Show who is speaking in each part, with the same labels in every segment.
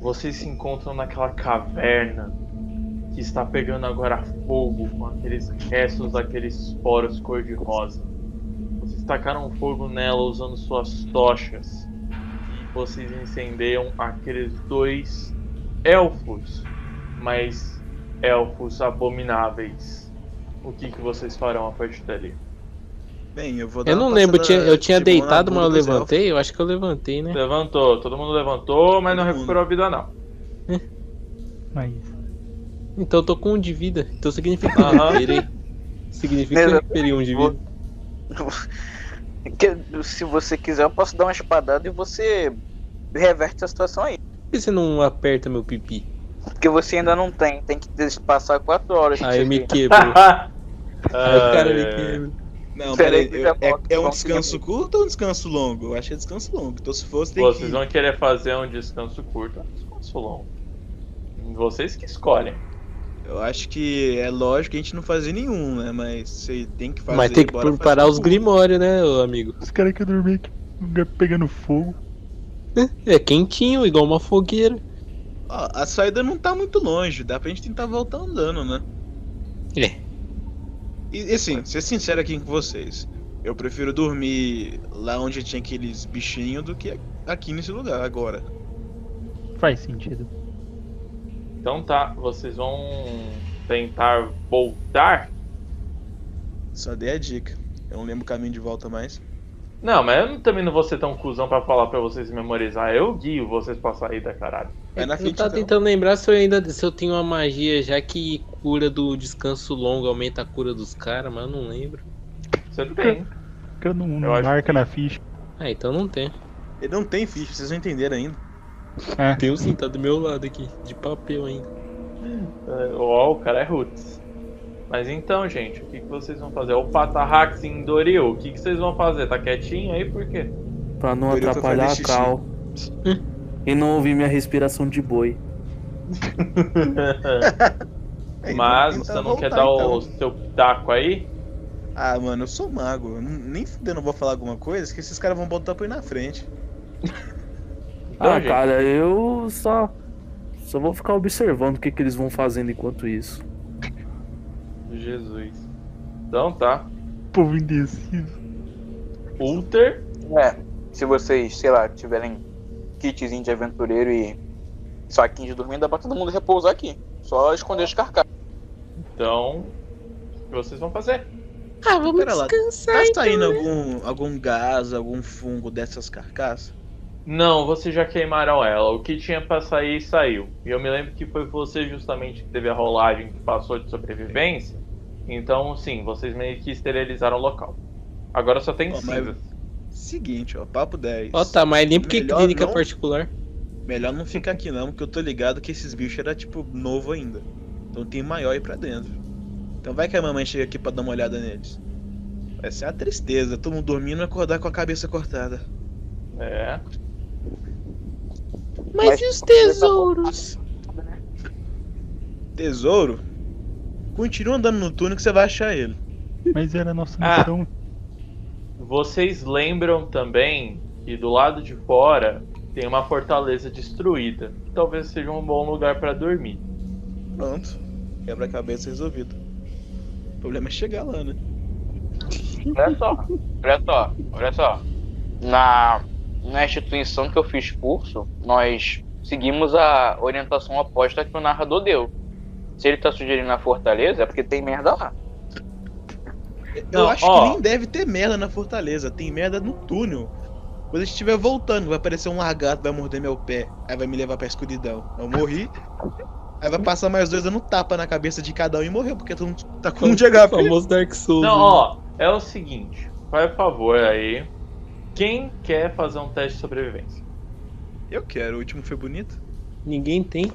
Speaker 1: Vocês se encontram naquela caverna que está pegando agora fogo com aqueles restos daqueles poros cor-de-rosa. Vocês tacaram fogo nela usando suas tochas e vocês incendiam aqueles dois elfos, mas elfos abomináveis. O que, que vocês farão a partir dali?
Speaker 2: Bem, eu vou dar
Speaker 3: Eu não
Speaker 2: uma
Speaker 3: lembro, eu
Speaker 2: passada
Speaker 3: tinha, eu tinha
Speaker 2: de mão na
Speaker 3: deitado, mas
Speaker 2: bunda
Speaker 3: eu
Speaker 2: dos elfos.
Speaker 3: levantei. Eu acho que eu levantei,
Speaker 2: É.
Speaker 3: né?
Speaker 1: Levantou, todo mundo levantou, mas não
Speaker 2: Todo mundo.
Speaker 1: recuperou a vida não.
Speaker 4: Mas.
Speaker 3: Então eu tô com um de vida. Então significa que eu
Speaker 1: Aham.
Speaker 3: recuperei. Significa que eu recuperei um de vida.
Speaker 5: Que- Se você quiser, eu posso dar uma espadada e você reverte a situação aí.
Speaker 3: Por que você não aperta meu pipi?
Speaker 5: Porque você ainda não tem, tem que des- passar quatro horas.
Speaker 3: Aí
Speaker 5: isso
Speaker 3: me
Speaker 5: aqui.
Speaker 3: quebrou. Aí Tipo, o cara
Speaker 1: Ah,
Speaker 3: me
Speaker 1: é.
Speaker 3: quebra.
Speaker 2: Não,
Speaker 5: Pera aí
Speaker 2: peraí,
Speaker 5: que
Speaker 2: eu-
Speaker 5: já
Speaker 2: é,
Speaker 5: volto,
Speaker 2: é um
Speaker 5: vamos seguir
Speaker 2: descanso curto ou um descanso longo? Eu acho que é descanso longo. Então se fosse tem
Speaker 1: Vocês
Speaker 2: que...
Speaker 1: vão querer fazer um descanso curto ou um descanso longo? Vocês que escolhem.
Speaker 2: Eu acho que é lógico que a gente não fazer nenhum, né? Mas se tem que fazer.
Speaker 3: Mas tem que
Speaker 2: bora
Speaker 3: preparar
Speaker 2: fazer
Speaker 3: os
Speaker 2: um.
Speaker 3: grimórios, né, ô amigo?
Speaker 4: Os caras que dormir aqui pegando fogo.
Speaker 3: É quentinho, igual uma fogueira.
Speaker 2: Ó, a saída não tá muito longe, dá pra gente tentar voltar andando, né?
Speaker 3: É.
Speaker 2: E e, assim, ser sincero aqui com vocês. Eu prefiro dormir lá onde tinha aqueles bichinhos do que aqui nesse lugar agora.
Speaker 4: Faz sentido.
Speaker 1: Então tá, vocês vão tentar voltar?
Speaker 2: Só dei a dica. Eu não lembro o caminho de volta mais.
Speaker 1: Não, mas eu não- também não vou ser tão cuzão pra falar pra vocês memorizar. Eu guio vocês pra saída, caralho.
Speaker 2: Vai na
Speaker 3: eu
Speaker 2: frente, então.
Speaker 3: tava tá tentando lembrar se eu ainda se eu tenho uma magia já que cura do descanso longo aumenta a cura dos caras, mas eu não lembro.
Speaker 1: Você tem.
Speaker 4: O cara não, não
Speaker 1: acho
Speaker 4: um marca na ficha.
Speaker 3: Ah, então não tem.
Speaker 2: Ele não tem ficha, vocês não entenderam ainda.
Speaker 4: É.
Speaker 3: Tem um sim, tá do meu lado aqui, de papel ainda.
Speaker 1: É, Ó, o cara é roots. Mas então, gente, o que, que vocês vão fazer? É O Patarrax em Doril, o que, que vocês vão fazer? Tá quietinho aí? Por quê?
Speaker 6: Pra não
Speaker 2: Por isso eu
Speaker 6: atrapalhar
Speaker 2: falei
Speaker 6: a Cal.
Speaker 1: Hum?
Speaker 6: e não ouvir minha respiração de boi.
Speaker 2: É, então
Speaker 1: mas
Speaker 2: tenta
Speaker 1: você não quer
Speaker 2: voltar,
Speaker 1: dar o
Speaker 2: então.
Speaker 1: seu taco aí?
Speaker 2: Ah, mano, eu sou mago. Eu n- Nem fudendo eu vou falar alguma coisa, que esses caras vão botar pra ir na frente.
Speaker 1: Então,
Speaker 6: ah,
Speaker 1: gente.
Speaker 2: tá.
Speaker 6: cara, eu só. Só vou ficar observando o que, que eles vão fazendo enquanto isso.
Speaker 1: Jesus. Então tá.
Speaker 4: Povo indeciso.
Speaker 1: Ulter.
Speaker 5: É, se vocês, sei lá, tiverem kitzinho de aventureiro e saquinho de dormir, dá pra todo mundo repousar aqui. Só esconder os carcaços.
Speaker 1: Então, o que vocês vão fazer?
Speaker 3: Ah, vamos
Speaker 2: Pera lá,
Speaker 3: descansar. então, né?
Speaker 2: Tá saindo algum, algum gás, algum fungo dessas carcaças?
Speaker 1: Não, vocês já queimaram ela. O que tinha pra sair, saiu. E eu me lembro que foi você justamente que teve a rolagem que passou de sobrevivência. Então, sim, vocês meio que esterilizaram o local. Agora só tem
Speaker 2: Ó, mas-
Speaker 1: cinzas.
Speaker 2: Seguinte, ó, papo 10.
Speaker 3: Ó, tá, mas nem porque
Speaker 2: Melhor
Speaker 3: clínica
Speaker 2: não.
Speaker 3: particular.
Speaker 2: Melhor não ficar aqui não, porque eu tô ligado que esses bichos era tipo novo ainda. Então tem maior aí pra dentro. Então vai que a mamãe chega aqui pra dar uma olhada neles. Vai ser uma tristeza, todo mundo dormindo e acordar com a cabeça cortada.
Speaker 1: É.
Speaker 5: Mas Mas e
Speaker 2: tá
Speaker 5: os tesouros?
Speaker 2: Tesouro? Continua andando no túnel que você vai achar ele.
Speaker 4: Mas era a nossa
Speaker 1: Ah.
Speaker 4: missão.
Speaker 1: Vocês lembram também que do lado de fora tem uma fortaleza destruída. que Talvez seja um bom lugar pra dormir.
Speaker 2: Pronto. Quebra-cabeça resolvido. O problema é chegar lá, né?
Speaker 5: Olha só, olha só, olha só. Na, na instituição que eu fiz curso, nós seguimos a orientação oposta que o narrador deu. Se ele tá sugerindo a fortaleza, é porque tem merda lá.
Speaker 2: Eu
Speaker 1: Não,
Speaker 2: acho
Speaker 1: ó.
Speaker 2: que nem deve ter merda na fortaleza, tem merda no túnel. Quando a gente estiver voltando, vai aparecer um lagarto, vai morder meu pé, aí vai me levar pra escuridão. Eu morri. Aí vai passar mais dois dando tapa na cabeça de cada um e morreu, porque todo mundo tá com um de
Speaker 3: O
Speaker 2: HP.
Speaker 3: famoso Dark Souls.
Speaker 1: Não,
Speaker 3: né?
Speaker 1: ó, é o seguinte, faz favor aí. Quem quer fazer um teste de sobrevivência?
Speaker 2: Eu quero, o último foi bonito.
Speaker 3: Ninguém tem.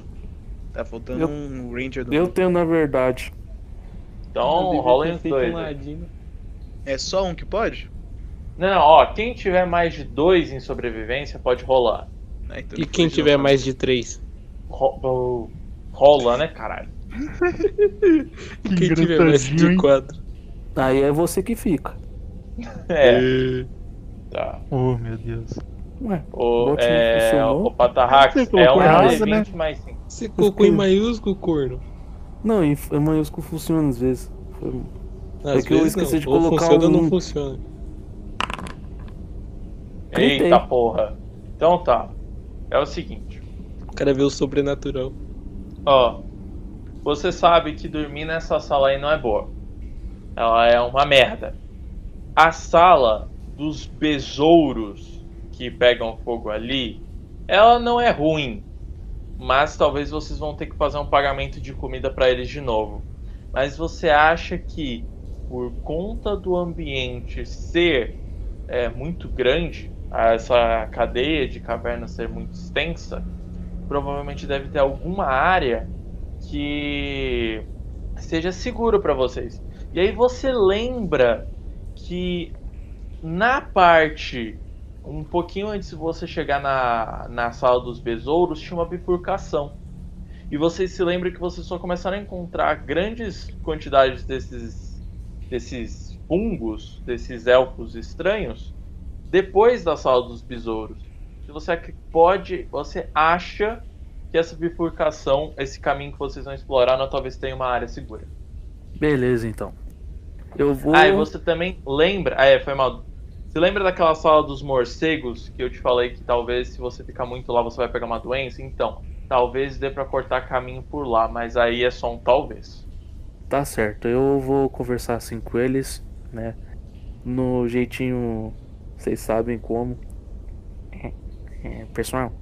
Speaker 2: Tá faltando
Speaker 6: Eu-
Speaker 2: um Ranger do.
Speaker 6: Eu tenho, na verdade.
Speaker 3: Eu
Speaker 1: Então,
Speaker 3: devia
Speaker 1: rola
Speaker 3: ter
Speaker 1: os
Speaker 3: feito
Speaker 1: dois.
Speaker 3: um
Speaker 1: aí.
Speaker 3: ladino.
Speaker 2: É só um que pode?
Speaker 1: Não, ó, quem tiver mais de dois em sobrevivência pode rolar.
Speaker 2: Ah, então
Speaker 3: E
Speaker 2: não
Speaker 3: quem
Speaker 2: foi
Speaker 3: tiver
Speaker 2: jogo.
Speaker 3: mais de três?
Speaker 1: Ro- oh, Rola, né, caralho?
Speaker 4: Que
Speaker 3: Quem tiver mais
Speaker 4: engraçadinho,
Speaker 3: de
Speaker 4: hein?
Speaker 3: quatro?
Speaker 6: Aí é você que fica.
Speaker 1: É, tá.
Speaker 4: Oh, meu Deus.
Speaker 6: Ué,
Speaker 1: O,
Speaker 6: Bot não
Speaker 1: é,
Speaker 6: funcionou.
Speaker 1: o Patarrax
Speaker 4: Você
Speaker 1: é
Speaker 4: colocou
Speaker 1: um
Speaker 4: errado,
Speaker 1: D20
Speaker 4: né?
Speaker 1: mais 5.
Speaker 3: Você colocou em maiúsculo, corno.
Speaker 6: não, em em maiúsculo funciona às vezes. Foi-
Speaker 3: Às
Speaker 6: É que eu
Speaker 3: vezes
Speaker 6: esqueci
Speaker 3: não.
Speaker 6: de
Speaker 3: Ou
Speaker 6: colocar
Speaker 3: funciona ou
Speaker 6: um-
Speaker 3: não funciona.
Speaker 6: Trinta,
Speaker 1: Eita
Speaker 6: hein?
Speaker 1: porra. Então tá. É o seguinte.
Speaker 3: O cara vê o sobrenatural.
Speaker 1: Ó, você sabe que dormir nessa sala aí não é boa. Ela é uma merda. A sala dos besouros que pegam fogo ali, ela não é ruim. Mas talvez vocês vão ter que fazer um pagamento de comida pra eles de novo. Mas você acha que por conta do ambiente ser é, muito grande, essa cadeia de caverna ser muito extensa, provavelmente deve ter alguma área que seja seguro para vocês. E aí você lembra que na parte um pouquinho antes de você chegar na, na sala dos besouros tinha uma bifurcação. E você se lembra que vocês só começaram a encontrar grandes quantidades desses desses fungos, desses elfos estranhos depois da sala dos besouros. Se você ac- pode, você acha que essa bifurcação, esse caminho que vocês vão explorar, não, talvez tenha uma área segura.
Speaker 6: Beleza, então. Eu vou.
Speaker 1: Ah, e você também lembra. Ah, é, foi mal. Você lembra daquela sala dos morcegos que eu te falei que talvez se você ficar muito lá você vai pegar uma doença? Então, talvez dê pra cortar caminho por lá, mas aí é só um talvez.
Speaker 6: Tá certo, eu vou conversar assim com eles, né? No jeitinho, vocês sabem como. É, pessoal,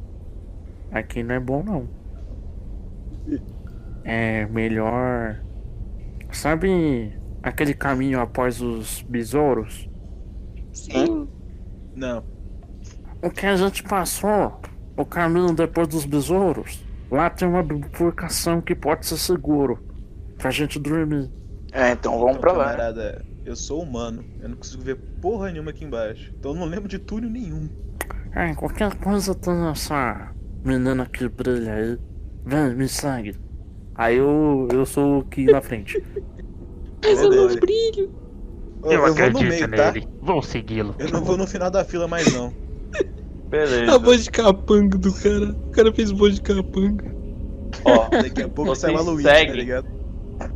Speaker 6: aqui não é bom não. É melhor. Sabe aquele caminho após os besouros?
Speaker 2: Sim. Não.
Speaker 6: O que a gente passou? O caminho depois dos besouros? Lá tem uma bifurcação que pode ser seguro pra gente dormir.
Speaker 5: É, então vamos pra lá. né?
Speaker 2: Camarada, eu sou humano. Eu não consigo ver porra nenhuma aqui embaixo. Então eu não lembro de túnel nenhum.
Speaker 6: É, qualquer coisa tem essa menina que brilha aí. Vem, me segue. Aí eu, eu sou o que ia na frente.
Speaker 2: Mas eu não
Speaker 3: brilho.
Speaker 2: Eu, eu vou no meio, tá?
Speaker 4: Vou segui-lo.
Speaker 2: Eu não vou no final da fila mais não.
Speaker 1: Beleza.
Speaker 2: É, né?
Speaker 3: A voz de capanga do cara. O cara fez voz de capanga.
Speaker 1: Ó,
Speaker 2: Daqui a pouco sai o
Speaker 1: Vocês
Speaker 2: Halloween, tá
Speaker 1: seguem.
Speaker 2: ligado?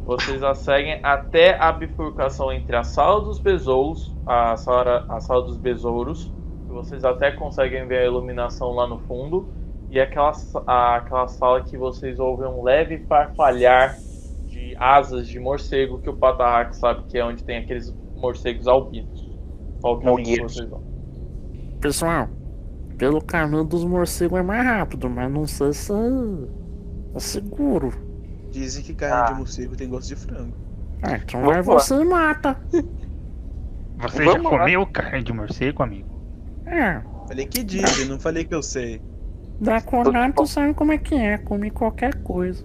Speaker 1: Vocês a seguem até a bifurcação entre a sala dos besouros, a sala, a sala dos besouros, que vocês até conseguem ver a iluminação lá no fundo, e aquela, sa- a- aquela sala que vocês ouvem um leve farfalhar de asas de morcego, que o Patarrax sabe que é onde tem aqueles morcegos albinos. Qual que é o caminho que vocês
Speaker 5: Morcegos.
Speaker 1: vão?
Speaker 6: Pessoal, pelo caminho dos morcegos é mais rápido, mas não sei se é é seguro.
Speaker 2: Dizem que carne
Speaker 5: Ah.
Speaker 2: de morcego tem gosto de frango.
Speaker 6: Ah, então
Speaker 5: Vamos
Speaker 6: vai
Speaker 5: lá.
Speaker 6: você e mata.
Speaker 4: Você já
Speaker 5: Vamos lá.
Speaker 4: comeu carne de morcego, amigo?
Speaker 6: É,
Speaker 2: Falei que dizem, não falei que eu sei.
Speaker 6: Draconato sabe como é que é, come qualquer coisa.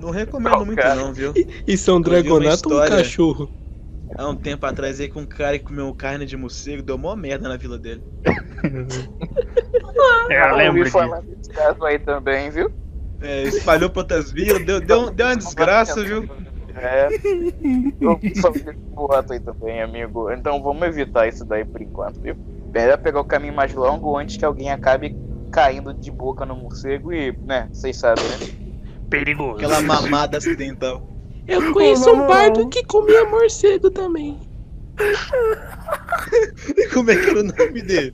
Speaker 2: Não recomendo
Speaker 5: Não,
Speaker 2: muito
Speaker 5: cara.
Speaker 2: não, viu?
Speaker 3: Isso é um
Speaker 2: Eu vi uma
Speaker 3: dragonato ou um
Speaker 2: história.
Speaker 3: cachorro?
Speaker 2: Há um tempo atrás aí com um cara que comeu carne de morcego, deu mó merda na vila dele.
Speaker 4: É, eu
Speaker 5: Eu
Speaker 4: lembro
Speaker 5: ouvi falar
Speaker 4: disso.
Speaker 5: desse caso aí também, viu?
Speaker 2: É, espalhou pra outras vilas, deu, deu, deu uma desgraça, viu?
Speaker 5: É. Eu ouvi falar desse boato aí também, amigo. Então vamos evitar isso daí por enquanto, viu? Melhor pegar o caminho mais longo antes que alguém acabe caindo de boca no morcego e, né, vocês sabem, né?
Speaker 4: Perigoso.
Speaker 2: Aquela mamada acidental.
Speaker 3: Eu conheço um bardo que comia morcego também.
Speaker 2: Como é que era o nome dele?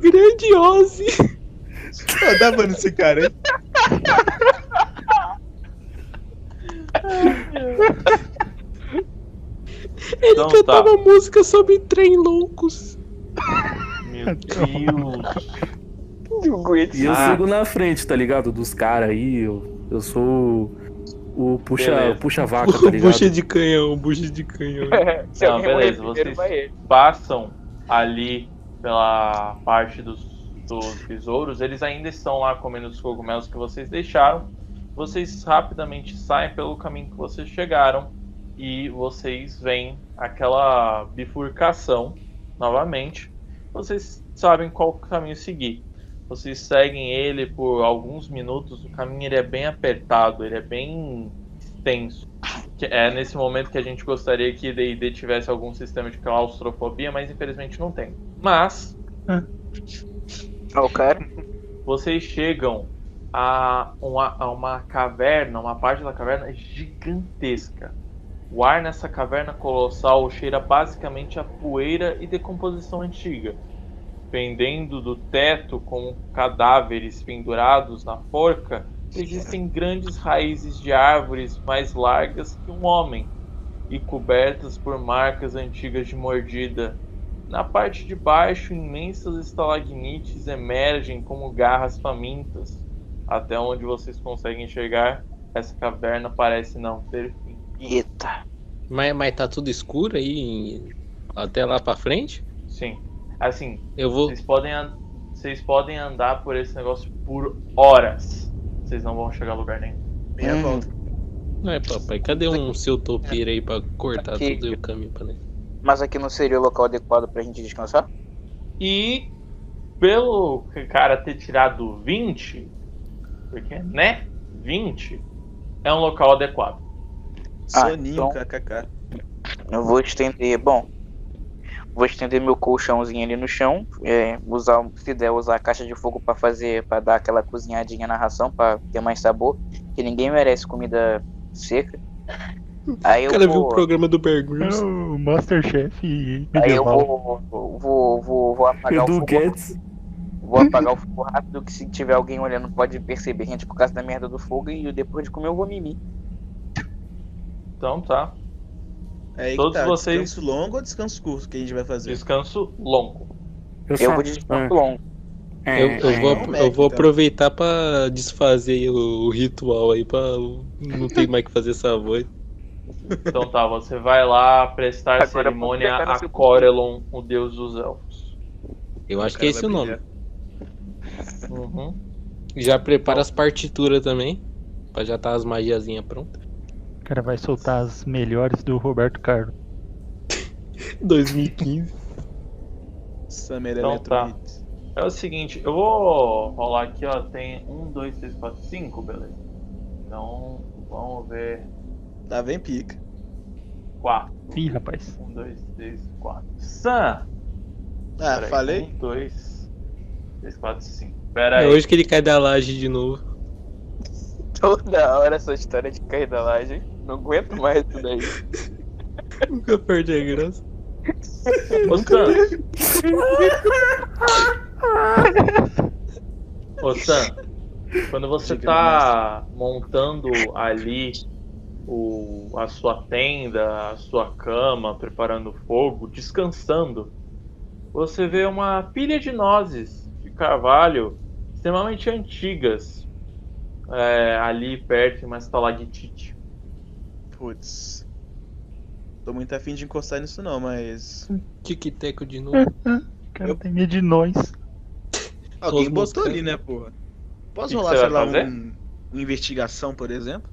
Speaker 3: Grandiose.
Speaker 2: Pô, dava nesse cara, hein?
Speaker 3: Ele
Speaker 1: Então tá.
Speaker 3: cantava música sobre trem loucos.
Speaker 1: Meu Deus.
Speaker 6: E eu
Speaker 1: Ah.
Speaker 6: sigo na frente, tá ligado? Dos caras aí, eu, eu sou o, o puxa,
Speaker 1: Beleza.
Speaker 6: puxa vaca, tá ligado?
Speaker 3: bucha de canhão, bucha de canhão.
Speaker 5: Se
Speaker 1: Não,
Speaker 5: alguém morrer
Speaker 1: beleza,
Speaker 5: primeiro,
Speaker 1: vocês
Speaker 5: vai ele.
Speaker 1: passam ali pela parte dos, dos besouros, eles ainda estão lá comendo os cogumelos que vocês deixaram. Vocês rapidamente saem pelo caminho que vocês chegaram e vocês veem aquela bifurcação novamente. Vocês sabem qual caminho seguir. Vocês seguem ele por alguns minutos. O caminho ele é bem apertado, ele é bem extenso. Que é nesse momento que a gente gostaria que D&D tivesse algum sistema de claustrofobia, mas infelizmente não tem. Mas
Speaker 5: Eu quero.
Speaker 1: vocês chegam a uma, a uma caverna, uma parte da caverna gigantesca. O ar nessa caverna colossal cheira basicamente a poeira e decomposição antiga, pendendo do teto como cadáveres pendurados na forca. Existem grandes raízes de árvores mais largas que um homem e cobertas por marcas antigas de mordida na parte de baixo, imensas estalagmites emergem como garras famintas. Até onde vocês conseguem chegar, essa caverna parece não ter fim.
Speaker 5: Eita.
Speaker 3: Mas, mas tá tudo escuro aí até lá pra frente?
Speaker 1: Sim. Assim,
Speaker 3: Eu vou.
Speaker 1: vocês podem, an- vocês podem andar por esse negócio por horas. Vocês não vão chegar a lugar nenhum.
Speaker 2: Meia
Speaker 1: Uhum.
Speaker 5: Hum.
Speaker 2: volta.
Speaker 3: Não é, papai, cadê um seu topeiro aí pra cortar
Speaker 5: Aqui.
Speaker 3: tudo e o caminho pra dentro?
Speaker 5: Mas aqui não seria o local adequado pra gente descansar?
Speaker 1: E pelo cara ter tirado 20, porque, né? 20 é um local adequado.
Speaker 5: Ah,
Speaker 2: Soninho,
Speaker 5: então-
Speaker 2: kkk.
Speaker 5: Eu vou estender, bom, vou estender meu colchãozinho ali no chão, é, usar, se der, usar a caixa de fogo pra fazer, para dar aquela cozinhadinha na ração pra ter mais sabor, que ninguém merece comida seca. Aí eu
Speaker 3: O cara viu o
Speaker 5: vou,
Speaker 3: programa do Bear Grylls.
Speaker 4: O Masterchef
Speaker 5: aí eu
Speaker 4: medieval.
Speaker 5: vou, vou, vou, vou
Speaker 6: E
Speaker 5: apagar
Speaker 6: o
Speaker 5: o
Speaker 6: Bill
Speaker 5: fogo,
Speaker 6: Gates,
Speaker 5: vou apagar o fogo rápido que se tiver alguém olhando pode perceber gente por causa da merda do fogo e depois de comer eu vou mimir.
Speaker 1: Então tá.
Speaker 2: É aí
Speaker 1: Todos
Speaker 2: que tá,
Speaker 1: vocês-
Speaker 2: descanso longo ou descanso curto que a gente vai fazer?
Speaker 1: Descanso longo.
Speaker 6: eu
Speaker 5: Eu
Speaker 6: só-
Speaker 5: vou um de
Speaker 3: É.
Speaker 6: Ah,
Speaker 5: descanso longo.
Speaker 6: é,
Speaker 3: Eu, eu vou,
Speaker 6: é.
Speaker 2: Mac,
Speaker 3: eu
Speaker 2: então.
Speaker 3: vou aproveitar pra desfazer aí o, o ritual aí, pra não ter mais que fazer essa voz.
Speaker 1: Então tá, você vai lá prestar
Speaker 5: Agora
Speaker 1: cerimônia
Speaker 5: vamos pegar
Speaker 1: a
Speaker 5: seu-
Speaker 1: Corelon, o deus dos elfos.
Speaker 3: Eu acho
Speaker 2: O
Speaker 3: que é
Speaker 2: cara
Speaker 3: esse o
Speaker 2: vai
Speaker 3: nome.
Speaker 2: brilhar.
Speaker 1: Uhum.
Speaker 3: Já
Speaker 6: Então.
Speaker 3: prepara as partituras também, pra já tá as magiazinhas prontas.
Speaker 4: O cara vai soltar as melhores do Roberto Carlos.
Speaker 3: 2015.
Speaker 2: Summer
Speaker 1: Então
Speaker 2: Electro
Speaker 1: tá.
Speaker 2: Hits.
Speaker 1: É o seguinte, eu vou rolar aqui, ó. Tem um, dois, três, quatro, cinco, beleza. Então, vamos ver.
Speaker 2: Tá bem pica.
Speaker 1: Quatro.
Speaker 4: Ih, rapaz.
Speaker 1: Um, dois, três, quatro. Sam!
Speaker 2: Ah,
Speaker 1: Peraí,
Speaker 2: falei?
Speaker 1: Um, dois, três, quatro, cinco. Pera
Speaker 3: É
Speaker 1: aí.
Speaker 3: hoje que ele cai da laje de novo.
Speaker 5: Toda hora essa história de cair da laje, hein? não aguento mais isso daí.
Speaker 3: Nunca perde a graça.
Speaker 1: Ô, Sam! Ô, Sam, quando você
Speaker 2: Diga,
Speaker 1: tá montando ali o, a sua tenda, a sua cama, preparando fogo, descansando, você vê uma pilha de nozes de carvalho extremamente antigas é, ali perto tá de uma estalactite.
Speaker 2: Putz. Tô muito afim de encostar nisso não, mas.
Speaker 3: Tic-teco de novo.
Speaker 4: O cara tem medo de nós.
Speaker 2: Alguém
Speaker 3: Todos
Speaker 2: botou
Speaker 3: buscando.
Speaker 2: ali, né, porra? Posso
Speaker 1: Que que
Speaker 2: rolar,
Speaker 1: você
Speaker 2: sei lá,
Speaker 1: vai fazer?
Speaker 2: um, uma investigação, por exemplo?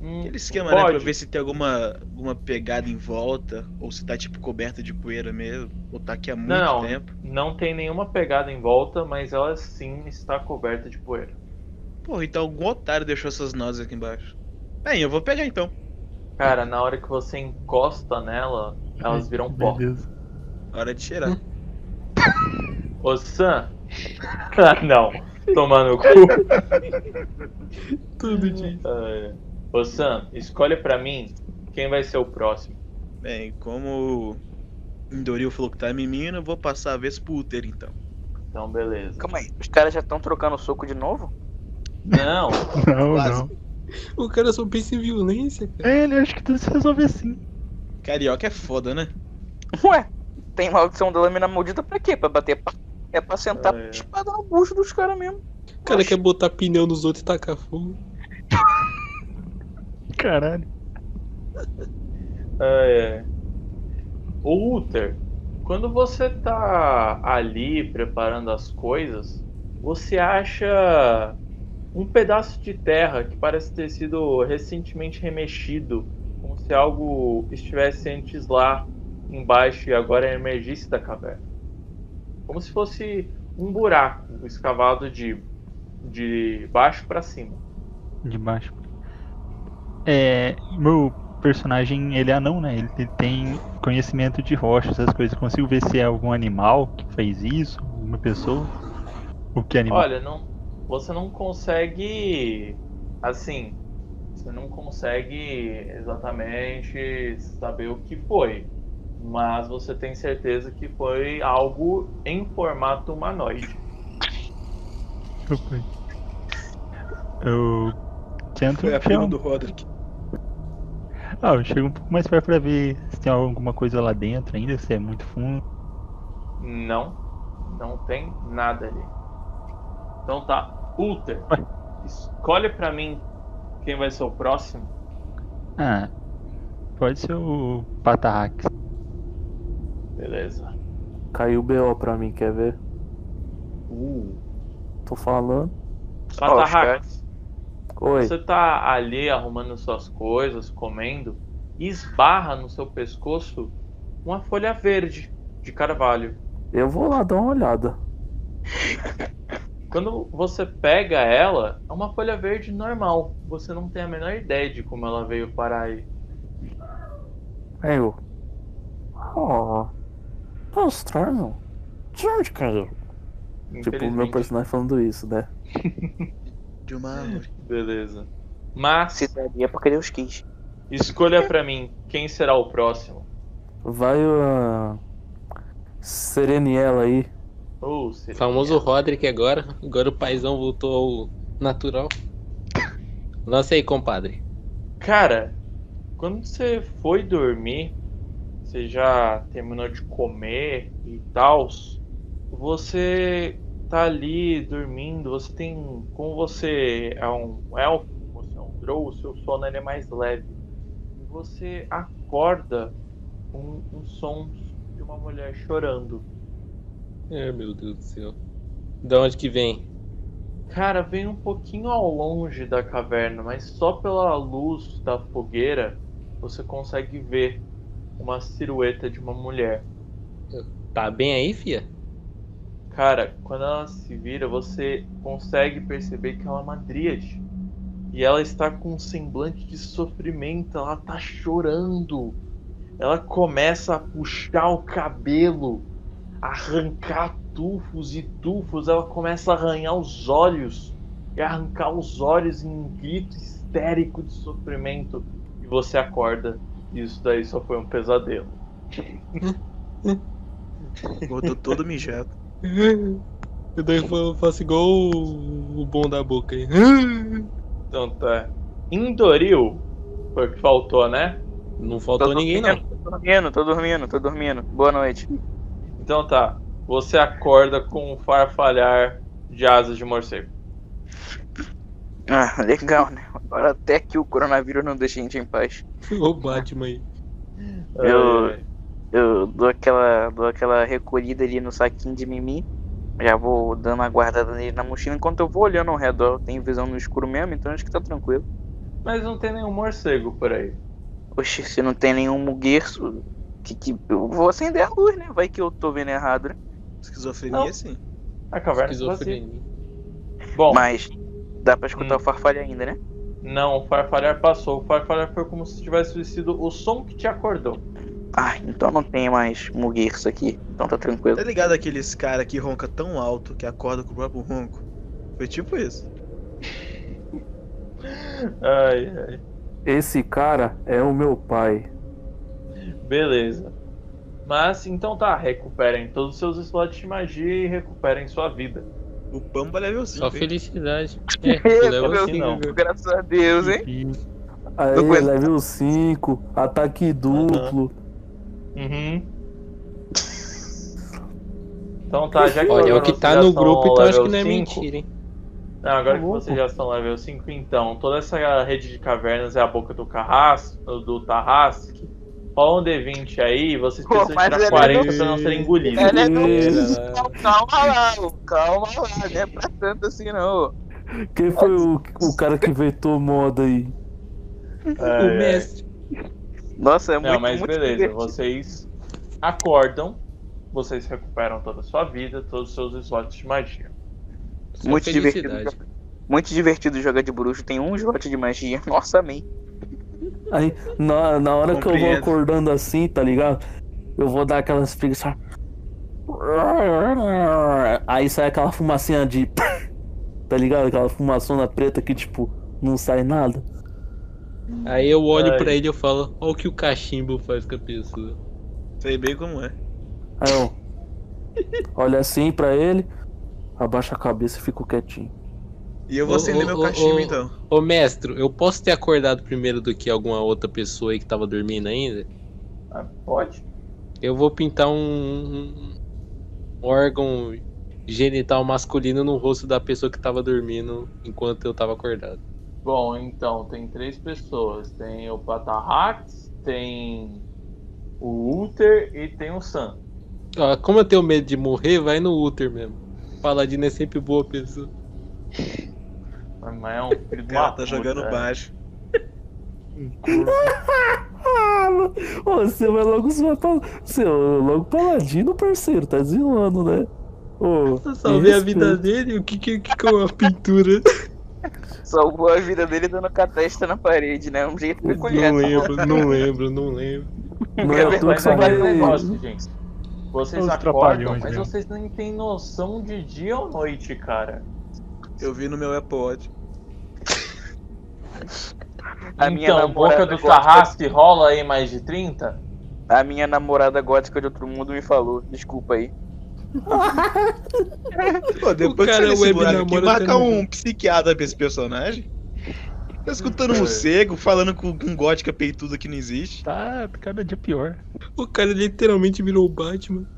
Speaker 1: Hum,
Speaker 2: Aquele esquema, né? Pra
Speaker 1: pode.
Speaker 2: ver se tem alguma, alguma pegada em volta, ou se tá tipo coberta de poeira mesmo, ou tá aqui há muito
Speaker 1: Não.
Speaker 2: tempo.
Speaker 1: Não tem nenhuma pegada em volta, mas ela sim está coberta de poeira.
Speaker 2: Porra, então algum otário deixou essas nozes aqui embaixo. Bem, eu vou pegar então.
Speaker 1: Cara, na hora que você encosta nela, elas viram
Speaker 4: Meu
Speaker 1: pó.
Speaker 4: Deus.
Speaker 2: Hora de tirar.
Speaker 1: Ô Sam! Ah, não! Toma no cu!
Speaker 3: Tudo de
Speaker 1: Ah, Ô Sam, escolhe pra mim quem vai ser o próximo.
Speaker 2: Bem, como o Indoril falou que tá menino, eu vou passar a vez pro útero então.
Speaker 1: Então, beleza.
Speaker 5: Calma aí, os caras já estão trocando soco de novo?
Speaker 1: Não!
Speaker 4: Não,
Speaker 2: Quase.
Speaker 4: não.
Speaker 3: O cara só pensa em violência, cara.
Speaker 4: É, ele acha que tudo se resolve assim.
Speaker 2: Carioca é foda, né?
Speaker 5: Ué, tem maldição da lâmina maldita pra quê? Pra bater pa... É pra sentar
Speaker 1: Ah, é.
Speaker 5: espada no bucho dos caras mesmo.
Speaker 3: O cara quer botar pneu nos outros e tacar fogo.
Speaker 4: Caralho.
Speaker 1: É... O Uther, quando você tá ali preparando as coisas, você acha um pedaço de terra que parece ter sido recentemente remexido, como se algo estivesse antes lá embaixo e agora emergisse da caverna. Como se fosse um buraco escavado de, de baixo para cima.
Speaker 4: De baixo. É, meu personagem, ele é anão, né? Ele, ele tem conhecimento de rochas, essas coisas. Eu consigo ver se é algum animal que fez isso, uma pessoa. O que animal?
Speaker 1: Olha, não, você não consegue. Assim, você não consegue exatamente saber o que foi. Mas você tem certeza que foi algo em formato humanoide.
Speaker 4: Eu fui. Eu tento
Speaker 2: Foi a
Speaker 4: chegar
Speaker 2: prima
Speaker 4: um...
Speaker 2: do Roderick.
Speaker 4: Ah, eu chego um pouco mais perto pra ver se tem alguma coisa lá dentro ainda, se é muito fundo.
Speaker 1: Não, não tem nada ali. Então tá, Ulter, escolhe pra mim quem vai ser o próximo.
Speaker 4: Ah, pode ser o Patarrax.
Speaker 1: Beleza.
Speaker 6: Caiu BO pra mim, quer ver? Tô falando.
Speaker 1: Patarrax,
Speaker 6: Oi.
Speaker 1: você tá ali arrumando suas coisas, comendo, e esbarra no seu pescoço uma folha verde de carvalho.
Speaker 6: Eu vou lá dar uma olhada.
Speaker 1: Quando você pega ela, é uma folha verde normal. Você não tem a menor ideia de como ela veio parar aí.
Speaker 6: Tipo, Aí eu. Oh. Tá estranho. De onde caiu? Tipo, o meu
Speaker 1: Infelizmente.
Speaker 6: personagem falando isso, né?
Speaker 2: De uma árvore.
Speaker 1: Beleza. Mas
Speaker 5: Se daria é pra querer os kits.
Speaker 1: escolha pra mim quem será o próximo.
Speaker 6: Vai a. Sereniela aí.
Speaker 1: Ou seria-
Speaker 3: Famoso Roderick agora. Agora o paizão voltou ao natural. Lança aí, compadre.
Speaker 1: Cara, quando você foi dormir, você já terminou de comer e tal, você tá ali dormindo, você tem. Como você é um elfo, você é um drow, o seu sono ele é mais leve. E você acorda com um som de uma mulher chorando.
Speaker 3: Ai, É, meu Deus do céu. Da onde que vem?
Speaker 1: Cara, vem um pouquinho ao longe da caverna, mas só pela luz da fogueira você consegue ver uma silhueta de uma mulher.
Speaker 3: Tá bem aí, fia?
Speaker 1: Cara, quando ela se vira, você consegue perceber que ela é uma dríade. E ela está com um semblante de sofrimento, ela tá chorando. Ela começa a puxar o cabelo, arrancar tufos e tufos, ela começa a arranhar os olhos e arrancar os olhos em um grito histérico de sofrimento. E você acorda, e isso daí só foi um pesadelo.
Speaker 2: Voltou todo mijado.
Speaker 3: Eu daí fa- faço igual o, o bom da boca aí.
Speaker 1: Então tá. Indoril foi o que faltou, né?
Speaker 3: Não faltou ninguém, não.
Speaker 5: Tô dormindo, tô dormindo, tô dormindo. Boa noite.
Speaker 1: Então tá. Você acorda com um farfalhar de asas de morcego.
Speaker 5: Ah, legal, né? Agora até que o coronavírus não deixa a gente em paz.
Speaker 3: Ô, Batman aí.
Speaker 5: Eu- Eu dou aquela, dou aquela recolhida ali no saquinho de mimim. Já vou dando uma guardada nele na mochila. Enquanto eu vou olhando ao redor, tem visão no escuro mesmo, então acho que tá tranquilo.
Speaker 1: Mas não tem nenhum morcego por aí.
Speaker 5: Oxi, se não tem nenhum muguerço, que, que eu vou acender a luz, né? Vai que eu tô vendo errado, né?
Speaker 2: Esquizofrenia, sim.
Speaker 1: A caverna tá vazia.
Speaker 3: Esquizofrenia.
Speaker 1: Bom,
Speaker 5: Mas dá pra escutar
Speaker 1: Hum.
Speaker 5: o farfalho ainda, né?
Speaker 1: não, o farfalhar passou. O farfalhar foi como se tivesse sido o som que te acordou.
Speaker 5: Ah, então não tem mais muguerço aqui. Então tá tranquilo.
Speaker 2: Tá ligado aqueles cara que ronca tão alto que acorda com o próprio ronco? Foi tipo isso.
Speaker 1: Ai, ai.
Speaker 6: Esse cara é o meu pai.
Speaker 1: Beleza. Mas então tá, recuperem todos os seus slots de magia e recuperem sua vida.
Speaker 2: O Pambo é level 5.
Speaker 3: Só
Speaker 2: hein?
Speaker 3: felicidade. É, tu leva
Speaker 1: Deus,
Speaker 3: assim,
Speaker 1: não.
Speaker 3: viu?
Speaker 5: Graças a Deus, hein?
Speaker 4: E
Speaker 6: Aí,
Speaker 5: Não aguento.
Speaker 6: level 5, ataque duplo.
Speaker 1: Uhum. Então tá, já que
Speaker 3: Olha, o que
Speaker 1: vocês
Speaker 3: tá
Speaker 1: já
Speaker 3: no
Speaker 1: são
Speaker 3: grupo, então acho que
Speaker 1: level
Speaker 3: não é
Speaker 1: 5,
Speaker 3: mentira, hein?
Speaker 1: Não, agora que
Speaker 6: Tá louco.
Speaker 1: vocês já são level 5, então, toda essa rede de cavernas é a boca do Carras, do Tarrasque. Rola um D20 aí, vocês
Speaker 5: Pô,
Speaker 1: precisam
Speaker 5: mas ele
Speaker 1: tirar
Speaker 5: é
Speaker 1: 40
Speaker 3: legal.
Speaker 1: pra não serem engolidos.
Speaker 5: É legal.
Speaker 3: Eita, lá.
Speaker 5: Calma lá, ô, calma lá, não é pra tanto assim não.
Speaker 6: Quem foi o, o cara que inventou moda aí?
Speaker 1: É,
Speaker 3: O mestre.
Speaker 5: Nossa, é muito,
Speaker 1: Não, mas
Speaker 5: muito
Speaker 1: beleza,
Speaker 5: divertido.
Speaker 1: vocês acordam, vocês recuperam toda a sua vida, todos os seus slots de magia.
Speaker 3: Só
Speaker 5: Muito
Speaker 3: felicidade.
Speaker 5: divertido. Muito divertido jogar de bruxo. Tem um slot de magia. Nossa, amém.
Speaker 6: Aí, na, na hora que eu vou
Speaker 2: Compreendo.
Speaker 6: acordando assim, tá ligado? Eu vou dar aquelas preguiças. Aí sai aquela fumacinha de. Tá ligado? Aquela fumaçona preta que, tipo, não sai nada.
Speaker 3: Aí eu olho
Speaker 1: Ai.
Speaker 3: pra ele e eu falo, olha o que o cachimbo faz com a pessoa.
Speaker 2: Sei bem como é.
Speaker 6: Aí eu. Olho assim pra ele, abaixa a cabeça e fico quietinho.
Speaker 2: E eu vou
Speaker 3: Ô,
Speaker 2: acender
Speaker 3: ô,
Speaker 2: meu
Speaker 3: ô,
Speaker 2: cachimbo
Speaker 3: ô.
Speaker 2: então.
Speaker 3: Ô mestre, eu posso ter acordado primeiro do que alguma outra pessoa aí que tava dormindo ainda?
Speaker 1: Ah, pode.
Speaker 3: Eu vou pintar um, um- um órgão genital masculino no rosto da pessoa que tava dormindo enquanto eu tava acordado.
Speaker 1: Bom, então, tem três pessoas. Tem o Patarrax, tem o Uther e tem o Sam.
Speaker 3: Ah, como eu tenho medo de morrer, vai no útero mesmo. Paladino é sempre boa pessoa.
Speaker 1: Mas é um filho de uma
Speaker 2: Cara, tá
Speaker 1: puta,
Speaker 2: jogando
Speaker 1: né?
Speaker 2: baixo.
Speaker 6: Ah, lo- ô, você vai logo zoar pra... Você é logo paladino, parceiro, tá zoando, né? Ô,
Speaker 3: Eu
Speaker 6: me
Speaker 3: salvei a vida
Speaker 6: respeita.
Speaker 3: dele, o que que, que que é uma pintura?
Speaker 5: Salvou a vida dele dando catesta na parede, né? Um jeito que eu
Speaker 3: não
Speaker 5: conheço.
Speaker 3: lembro, não lembro, não lembro.
Speaker 6: Não é à toa que
Speaker 1: Mas
Speaker 6: você vai...
Speaker 1: aquele negócio, gente. Vocês
Speaker 4: Os
Speaker 1: acordam,
Speaker 4: trapalhões né?
Speaker 1: mas
Speaker 4: mesmo.
Speaker 1: vocês nem têm noção de dia ou noite, cara.
Speaker 2: Eu vi no meu Apple Watch.
Speaker 5: A minha
Speaker 1: então, boca
Speaker 5: namorada
Speaker 1: do
Speaker 5: gosta-
Speaker 1: Tarrasque rola aí mais de 30?
Speaker 5: A minha namorada gótica de outro mundo me falou. Desculpa aí.
Speaker 2: Pô, depois que
Speaker 3: cara
Speaker 2: você nesse
Speaker 3: web
Speaker 2: buraco aqui,
Speaker 3: namora
Speaker 2: marca
Speaker 3: até no
Speaker 2: um psiquiatra pra esse personagem. Tá escutando
Speaker 3: É.
Speaker 2: um cego, falando com um gótica peituda que não existe.
Speaker 4: Tá cada dia pior.
Speaker 3: O cara literalmente virou o Batman.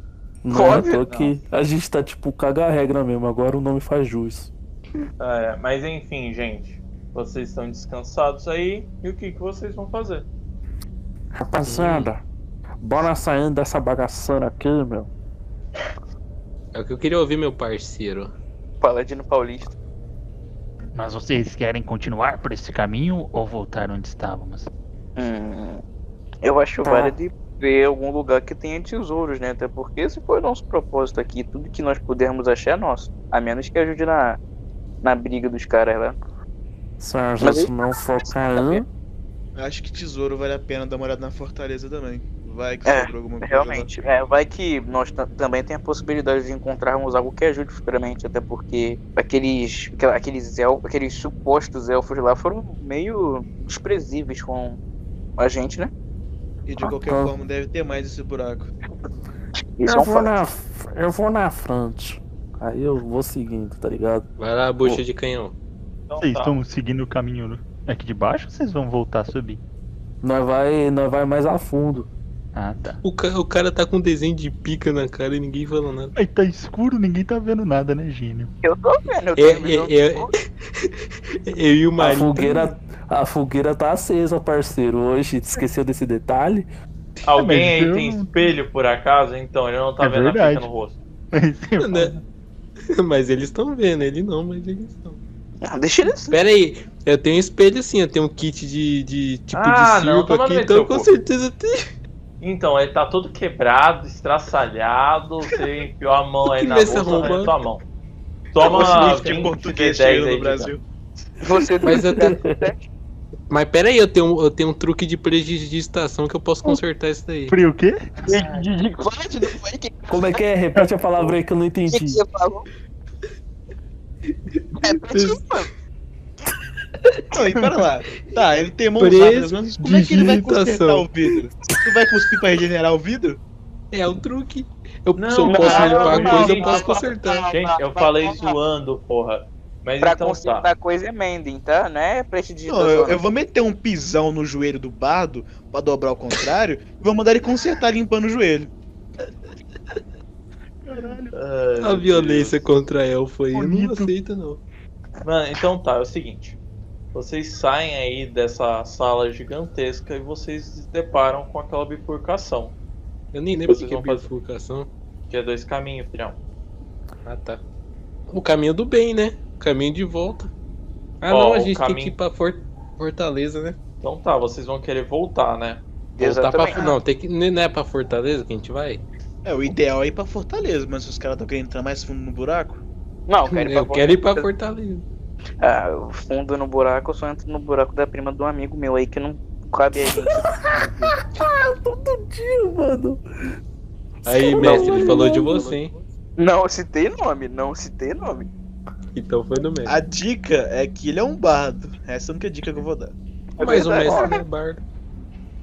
Speaker 6: Não é à
Speaker 5: Óbvio.
Speaker 6: toa que a gente tá, tipo, cagar a regra mesmo. Agora o nome faz jus.
Speaker 1: É, mas enfim, gente. Vocês estão descansados aí. E o que, que vocês vão fazer?
Speaker 6: Rapaziada, bora saindo dessa bagaçana aqui, meu.
Speaker 3: É o que eu queria ouvir, meu parceiro.
Speaker 5: Paladino paulista.
Speaker 4: Mas vocês querem continuar por esse caminho ou voltar onde estávamos?
Speaker 5: Hum, eu acho
Speaker 6: Tá.
Speaker 5: válido de ver algum lugar que tenha tesouros, né? Até porque esse foi o nosso propósito aqui. Tudo que nós pudermos achar é nosso. A menos que ajude na, na briga dos caras lá.
Speaker 6: Se a
Speaker 5: Mas
Speaker 6: gente não focar em...
Speaker 2: Acho que tesouro vale a pena dar uma olhada na fortaleza também. Vai que
Speaker 5: É,
Speaker 2: sobrou alguma coisa. lá.
Speaker 5: Realmente, é, vai que nós ta- também tem a possibilidade de encontrarmos algo que ajude futuramente, até porque aqueles, aquela- aqueles, el, aqueles supostos elfos lá foram meio desprezíveis com a gente, né?
Speaker 2: E de qualquer
Speaker 6: Ah, tá.
Speaker 2: forma, deve ter mais esse buraco.
Speaker 5: Isso é
Speaker 6: eu,
Speaker 5: um
Speaker 6: vou
Speaker 5: fato.
Speaker 6: na, f- eu vou na frente. Aí eu vou seguindo, tá ligado?
Speaker 3: Vai lá, bucha de canhão.
Speaker 1: Então,
Speaker 4: Vocês
Speaker 1: tá.
Speaker 4: estão seguindo o caminho aqui de baixo ou vocês vão voltar a subir?
Speaker 6: Nós vai, nós vai mais a fundo.
Speaker 4: Ah, tá.
Speaker 3: O, ca- o cara tá com um desenho de pica na cara e ninguém fala nada.
Speaker 4: Aí tá escuro, ninguém tá vendo nada, né, Gênio?
Speaker 5: Eu tô vendo, eu tô
Speaker 3: É,
Speaker 5: vendo.
Speaker 3: é, é, Eu e o
Speaker 1: Tá
Speaker 6: A
Speaker 3: Marinho.
Speaker 6: fogueira, a fogueira tá acesa, parceiro. Hoje, esqueceu desse detalhe?
Speaker 1: Alguém
Speaker 4: É, Mas
Speaker 1: aí
Speaker 4: eu
Speaker 1: tem
Speaker 4: não-
Speaker 1: espelho por acaso? Então, ele não tá
Speaker 4: É
Speaker 1: vendo a
Speaker 4: verdade.
Speaker 1: fita no rosto.
Speaker 4: Mas eu falo,
Speaker 3: Né? Mas eles estão vendo, ele não, mas eles estão.
Speaker 5: Ah, deixa ele assim.
Speaker 3: Pera aí, eu tenho um espelho assim, eu tenho um kit de, de tipo
Speaker 1: Ah,
Speaker 3: de
Speaker 1: não,
Speaker 3: circo
Speaker 1: toma
Speaker 3: aqui,
Speaker 1: no
Speaker 3: então
Speaker 1: seu
Speaker 3: com
Speaker 1: cu.
Speaker 3: certeza tem.
Speaker 1: Então, ele tá todo quebrado, estraçalhado, você enfiou a mão aí
Speaker 3: Que
Speaker 1: na
Speaker 3: vê esse
Speaker 1: bolsa,
Speaker 3: arrombado.
Speaker 1: arranhou tua mão.
Speaker 2: Toma
Speaker 1: Toma
Speaker 2: o um de
Speaker 1: 20
Speaker 2: português
Speaker 1: D10 aí,
Speaker 2: chegando no
Speaker 1: Diga.
Speaker 2: Brasil.
Speaker 5: Você
Speaker 3: Mas eu tenho. Mas pera aí, eu tenho, eu tenho um truque de prejudicação que eu posso consertar isso daí.
Speaker 4: Frio o quê?
Speaker 5: Pode, não foi? O que,
Speaker 6: Como é que é? Repete a palavra aí que eu não
Speaker 5: que,
Speaker 6: entendi.
Speaker 5: é que você falou? é Repete, mano.
Speaker 2: Não, e para lá. Tá, ele tem mãos rápidas, mas como é que ele vai consertar
Speaker 3: Prestigitação.
Speaker 2: o vidro? Tu vai cuspir pra regenerar o vidro?
Speaker 3: É um truque. Eu,
Speaker 1: Não,
Speaker 3: se eu posso
Speaker 1: não,
Speaker 3: limpar
Speaker 1: não,
Speaker 3: a coisa, eu
Speaker 1: não,
Speaker 3: posso
Speaker 1: não,
Speaker 3: consertar.
Speaker 1: Gente, eu falei zoando, porra. Mas
Speaker 5: Pra
Speaker 1: então
Speaker 5: consertar
Speaker 1: tá.
Speaker 5: coisa é mending, tá? Não é
Speaker 2: Não,
Speaker 5: prestidigitação.
Speaker 2: eu, eu vou meter um pisão no joelho do bardo pra dobrar ao contrário e vou mandar ele consertar limpando o joelho.
Speaker 1: Ai,
Speaker 3: A
Speaker 1: meu
Speaker 3: violência contra elfo aí, eu não
Speaker 4: Bonito.
Speaker 3: aceito, não.
Speaker 1: Deus. Mano, então tá, é o seguinte. Vocês saem aí dessa sala gigantesca e vocês se deparam com aquela bifurcação.
Speaker 3: Eu nem lembro o que
Speaker 1: Vocês
Speaker 3: que é
Speaker 1: vão fazer.
Speaker 3: bifurcação.
Speaker 1: Que é dois caminhos, filhão.
Speaker 3: Ah, tá. O caminho do bem, né? O caminho de volta. Ah,
Speaker 1: Ó,
Speaker 3: não, a
Speaker 1: o
Speaker 3: gente tem
Speaker 1: caminho-
Speaker 3: que ir pra For- Fortaleza, né?
Speaker 1: Então tá, vocês vão querer voltar, né?
Speaker 3: Voltar pra...
Speaker 5: Exatamente.
Speaker 3: For- Não, tem que... não é pra Fortaleza que a gente vai?
Speaker 2: É, o ideal é ir pra Fortaleza, mas se os caras estão querendo entrar mais fundo no buraco,
Speaker 5: Não, eu quero ir pra
Speaker 3: eu quero ir pra
Speaker 5: Fortaleza.
Speaker 3: Fortaleza.
Speaker 5: Ah, eu fundo no buraco, eu só entro no buraco da prima do um amigo meu aí que não cabe a gente.
Speaker 6: Ah, Todo dia, mano.
Speaker 3: Aí,
Speaker 6: Não,
Speaker 3: mestre, ele
Speaker 6: não,
Speaker 3: falou
Speaker 6: não,
Speaker 3: de
Speaker 6: não.
Speaker 3: você, hein?
Speaker 5: Não citei nome, não citei nome.
Speaker 3: Então foi no mestre.
Speaker 2: A dica é que ele é um bardo. Essa é a única dica que eu vou dar.
Speaker 5: É
Speaker 3: Mas o
Speaker 5: verdade.
Speaker 3: mestre não é bardo.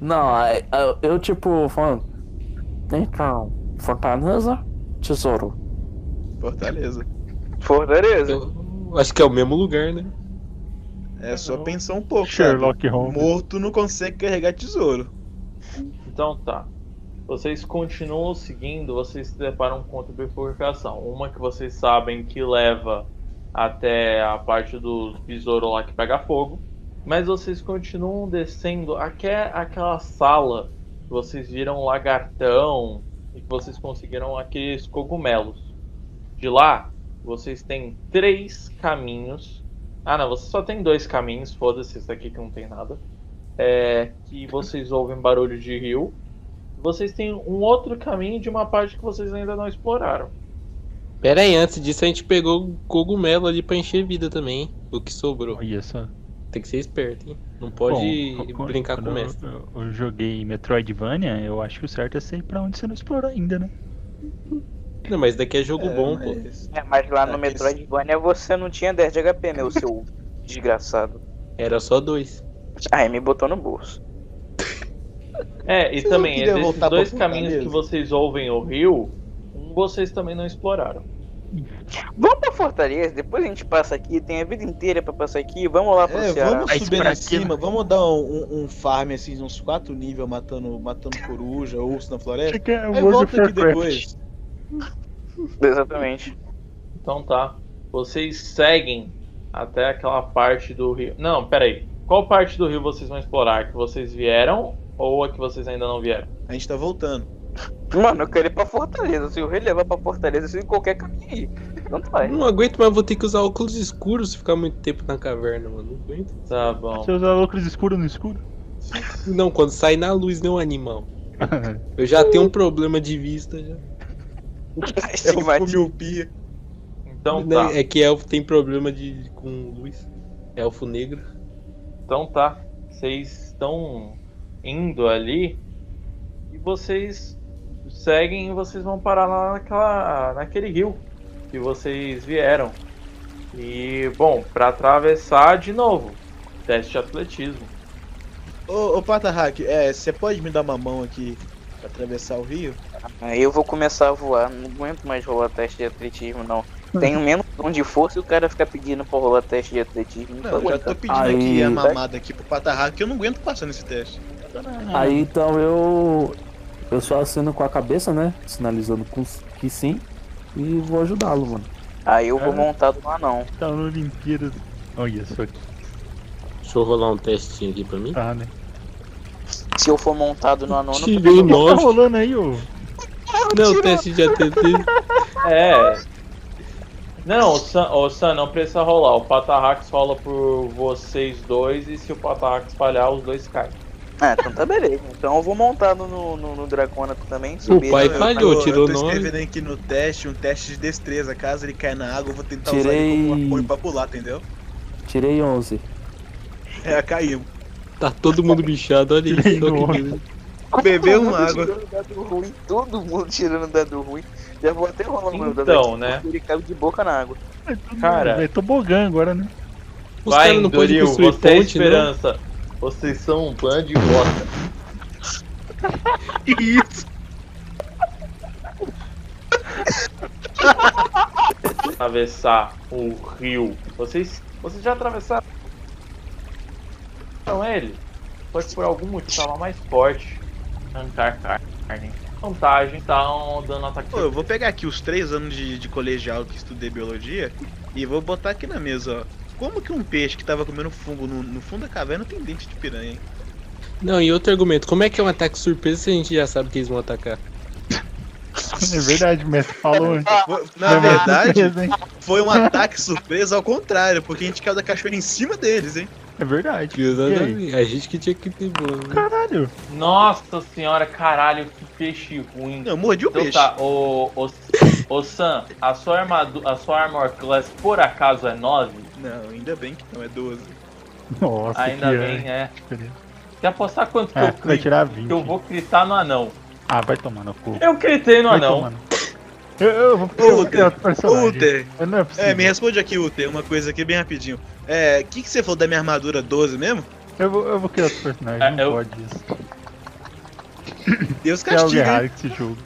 Speaker 6: Não, aí, aí eu tipo falando. Então, Fortaleza, tesouro.
Speaker 2: Fortaleza.
Speaker 5: Fortaleza.
Speaker 3: Eu acho que é o mesmo lugar, né?
Speaker 2: É só pensar um pouco. Sherlock.
Speaker 4: Sherlock Holmes.
Speaker 2: Morto não consegue carregar tesouro.
Speaker 1: Então tá. Vocês continuam seguindo, vocês se deparam com outra bifurcação. Uma que vocês sabem que leva até a parte do besouro lá que pega fogo. Mas vocês continuam descendo até aquela sala que vocês viram um lagartão e que vocês conseguiram aqueles cogumelos. De lá, vocês têm três caminhos. Ah não, vocês só tem dois caminhos, foda-se, isso aqui que não tem nada é, que vocês ouvem barulho de rio. Vocês têm um outro caminho de uma parte que vocês ainda não exploraram.
Speaker 3: Pera aí, antes disso a gente pegou o cogumelo ali pra encher vida também, hein? O que sobrou.
Speaker 4: Olha só.
Speaker 3: Tem que ser esperto, hein? Não pode
Speaker 4: Bom, quando-
Speaker 3: brincar com o
Speaker 4: quando eu-
Speaker 3: mestre.
Speaker 4: Eu, eu joguei Metroidvania, eu acho que o certo é ser pra onde você não explorou ainda, né?
Speaker 3: Não, mas daqui é jogo
Speaker 2: É,
Speaker 3: bom, pô.
Speaker 2: mas-
Speaker 5: É, mas lá no
Speaker 2: Aquele-
Speaker 5: Metroidvania você não tinha 10 de HP, meu seu desgraçado.
Speaker 3: Era só dois.
Speaker 5: Aí me botou no bolso.
Speaker 1: É, e
Speaker 2: Vocês não
Speaker 1: também,
Speaker 2: queriam
Speaker 1: desses
Speaker 2: voltar pra
Speaker 1: dois
Speaker 2: Fortaleza?
Speaker 1: caminhos que vocês ouvem o rio, um vocês também não exploraram.
Speaker 5: Vamos pra Fortaleza, depois a gente passa aqui, tem a vida inteira pra passar aqui, vamos lá pro
Speaker 2: É,
Speaker 5: Ceará.
Speaker 2: vamos
Speaker 4: Vai
Speaker 2: subir
Speaker 4: pra
Speaker 2: lá em
Speaker 4: cima.
Speaker 2: cima, vamos dar um, um- um farm assim, uns quatro níveis matando, matando coruja, urso na floresta.
Speaker 4: Fica
Speaker 2: É. Aí volta aqui depois.
Speaker 5: Exatamente.
Speaker 1: Então tá. Vocês seguem até aquela parte do rio. Não, peraí. Qual parte do rio vocês vão explorar? A que vocês vieram ou a que vocês ainda não vieram?
Speaker 2: A gente tá voltando.
Speaker 5: Mano, eu quero ir pra Fortaleza. Se o rei levar pra Fortaleza, se qualquer caminho aí. Não vai.
Speaker 3: Não aguento, mas vou ter que usar óculos escuros se ficar muito tempo na caverna, mano. Não aguento.
Speaker 1: Tá bom.
Speaker 4: Você usa óculos escuros no escuro?
Speaker 3: Não, quando sai na luz, não animal. Eu já tenho um problema de vista já.
Speaker 2: Eu
Speaker 5: Sim,
Speaker 2: com
Speaker 5: mas...
Speaker 2: miopia.
Speaker 1: Então
Speaker 3: Né?
Speaker 1: tá.
Speaker 3: É que elfo tem problema de com luz. Elfo negro.
Speaker 1: Então tá, vocês estão indo ali e vocês seguem e vocês vão parar lá naquela, naquele rio que vocês vieram. E bom, pra atravessar de novo, teste de atletismo.
Speaker 2: Ô, ô Patarraque, você pode me dar uma mão aqui pra atravessar o rio?
Speaker 5: Aí eu vou começar a voar. Não aguento mais rolar teste de atletismo, não. Tenho
Speaker 2: Hum.
Speaker 5: menos dom de força e o cara fica pedindo pra rolar teste de atletismo.
Speaker 2: Não, eu já tô pedindo
Speaker 6: Aí,
Speaker 2: aqui a
Speaker 6: né?
Speaker 2: mamada aqui pro Patarraque, eu não aguento passar nesse teste.
Speaker 6: Aí então eu. Eu só assino com a cabeça, né? Sinalizando com, que sim. E vou ajudá-lo, mano.
Speaker 5: Aí eu
Speaker 2: Ah.
Speaker 5: vou
Speaker 4: É.
Speaker 5: montado lá, não.
Speaker 4: Tá na Olimpíada. Olha só que
Speaker 3: Deixa eu rolar um testinho aqui pra mim.
Speaker 4: tá, né?
Speaker 5: Se eu for montado no anão, não
Speaker 3: Tirei
Speaker 4: Tá
Speaker 3: nove.
Speaker 4: rolando aí, ô.
Speaker 3: Não, teste de atletismo.
Speaker 1: É. Não, o Sam, o Sam não precisa rolar. O Patarrax rola por vocês dois e se o Patarrax falhar, os dois caem.
Speaker 5: Ah, então tá beleza. Então eu vou montado no, no, no Dracônico também. subir
Speaker 3: pai
Speaker 5: no-
Speaker 3: falhou.
Speaker 2: eu tô,
Speaker 3: tirou
Speaker 2: eu tô
Speaker 3: nove.
Speaker 2: escrevendo aqui no teste, um teste de destreza. Caso ele caia na água, eu vou tentar usar
Speaker 6: Tirei-
Speaker 2: ele como apoio pra pular, entendeu?
Speaker 6: Tirei 11.
Speaker 2: É, caímos.
Speaker 3: Tá todo mundo bichado, olha isso. Só que beleza.
Speaker 2: Bebeu
Speaker 5: Todo
Speaker 2: uma
Speaker 5: mundo
Speaker 2: água.
Speaker 5: tirando dado ruim, todo mundo tirando dado ruim. Já vou até rolar o meu dado
Speaker 1: Então,
Speaker 5: aqui,
Speaker 1: né?
Speaker 5: porque Ele caiu de boca na água.
Speaker 4: Uhum.
Speaker 1: Cara.
Speaker 4: Vai tobogã agora, né?
Speaker 3: Os
Speaker 1: Vai,
Speaker 3: caras não podem
Speaker 1: Doril,
Speaker 3: construir
Speaker 1: você é a
Speaker 3: ponte, né? não.
Speaker 1: esperança. Vocês são um bando de bosta.
Speaker 4: Isso.
Speaker 1: atravessar o rio. Vocês, vocês já atravessaram Então, ele? Só que por algum motivo estava mais forte. Arrancar carne. Vantagem, tá um dando ataque.
Speaker 2: Pô, eu vou pegar aqui os três anos de, de colegial que estudei biologia e vou botar aqui na mesa, ó. Como que um peixe que tava comendo fungo no, no fundo da caverna tem dente de piranha, hein?
Speaker 3: Não, e outro argumento, como é que é um ataque surpresa se a gente já sabe que eles vão atacar?
Speaker 4: É verdade, o mestre falou antes.
Speaker 2: Foi- Na
Speaker 4: É
Speaker 2: verdade,
Speaker 4: mesmo, hein?
Speaker 2: foi um ataque surpresa ao contrário, porque a gente caiu da cachoeira em cima deles, hein?
Speaker 4: É verdade. E
Speaker 3: Exatamente. A gente que tinha que ter bom, né?
Speaker 4: Caralho.
Speaker 1: Nossa senhora, caralho, que peixe ruim.
Speaker 2: Não, mordi o
Speaker 1: Então
Speaker 2: peixe.
Speaker 1: tá, o, o, o Sam, a sua armadura, a sua armor class por acaso é 9?
Speaker 2: Não, ainda bem que não, é 12.
Speaker 4: Nossa,
Speaker 1: Ainda
Speaker 4: que
Speaker 1: bem, é.
Speaker 4: diferença.
Speaker 1: Se apostar quanto que
Speaker 4: É,
Speaker 1: eu
Speaker 4: vai
Speaker 1: crito,
Speaker 4: tirar 20.
Speaker 1: que eu vou critar no anão.
Speaker 4: Ah, vai tomando o cu.
Speaker 1: Eu critei no
Speaker 4: Vai
Speaker 1: anão.
Speaker 4: tomando. Eu, eu vou eu vou criar é outro personagem.
Speaker 2: Uter,
Speaker 4: Eu Não é possível.
Speaker 2: é, me responde aqui, Uter, uma coisa aqui bem rapidinho. É, o que, que você falou da minha armadura 12 mesmo?
Speaker 4: eu, vou, eu vou criar outro personagem,
Speaker 1: Ah,
Speaker 4: não
Speaker 1: eu-
Speaker 4: pode isso.
Speaker 2: Deus
Speaker 4: Tem algo
Speaker 2: castiga, hein?
Speaker 4: errado com esse jogo.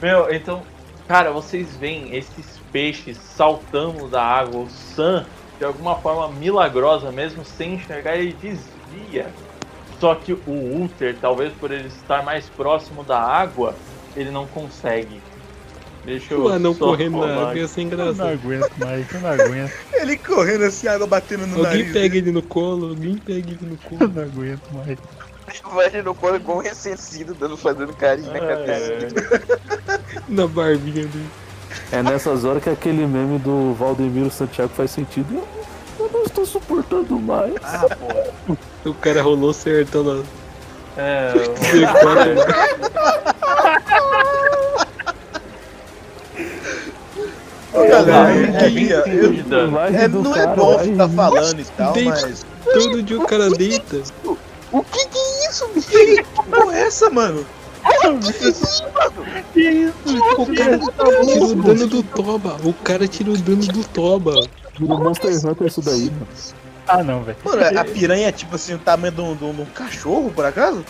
Speaker 1: Meu, então, cara, vocês veem esses peixes saltando da água, o Sam, de alguma forma milagrosa, mesmo sem enxergar, ele desvia. Só que o Uther, talvez por ele estar mais próximo da água, ele não consegue. Deixa eu
Speaker 3: O anão
Speaker 1: só
Speaker 3: correndo na
Speaker 1: rolar.
Speaker 3: água ia ser
Speaker 4: Eu não
Speaker 3: engraçado.
Speaker 4: aguento mais, eu não aguento,
Speaker 2: Ele correndo assim, água batendo no
Speaker 3: Alguém
Speaker 2: nariz.
Speaker 3: pega ele no colo, alguém pega ele no
Speaker 4: eu
Speaker 3: colo.
Speaker 4: não aguento mais.
Speaker 5: Vai no colo igual um recensino, dando, fazendo carinho na cabeça.
Speaker 1: É,
Speaker 3: Na barbinha dele.
Speaker 6: É nessas horas que aquele meme do Valdemiro Santiago faz sentido. Eu, eu não estou suportando mais.
Speaker 3: O cara rolou certão na.
Speaker 1: é,
Speaker 2: Ô, galera,
Speaker 1: é,
Speaker 2: é,
Speaker 1: é,
Speaker 2: é,
Speaker 1: de dano.
Speaker 6: Imagem
Speaker 2: é,
Speaker 6: do
Speaker 2: não é
Speaker 6: cara,
Speaker 2: bom ficar
Speaker 6: ai,
Speaker 2: falando e tal,
Speaker 3: Deite.
Speaker 2: mas...
Speaker 3: Todo dia o cara deita.
Speaker 5: O que que é isso, bicho?
Speaker 2: Que porra é essa, mano?
Speaker 4: Que isso?
Speaker 3: O cara
Speaker 2: tá
Speaker 3: tira o dano do Toba. O cara tira o dano do Toba.
Speaker 6: Virou um Monster Hunter isso daí, mano.
Speaker 4: Ah, não, velho.
Speaker 2: Mano, a piranha é tipo assim, o tamanho de um, de um- de um cachorro, por acaso?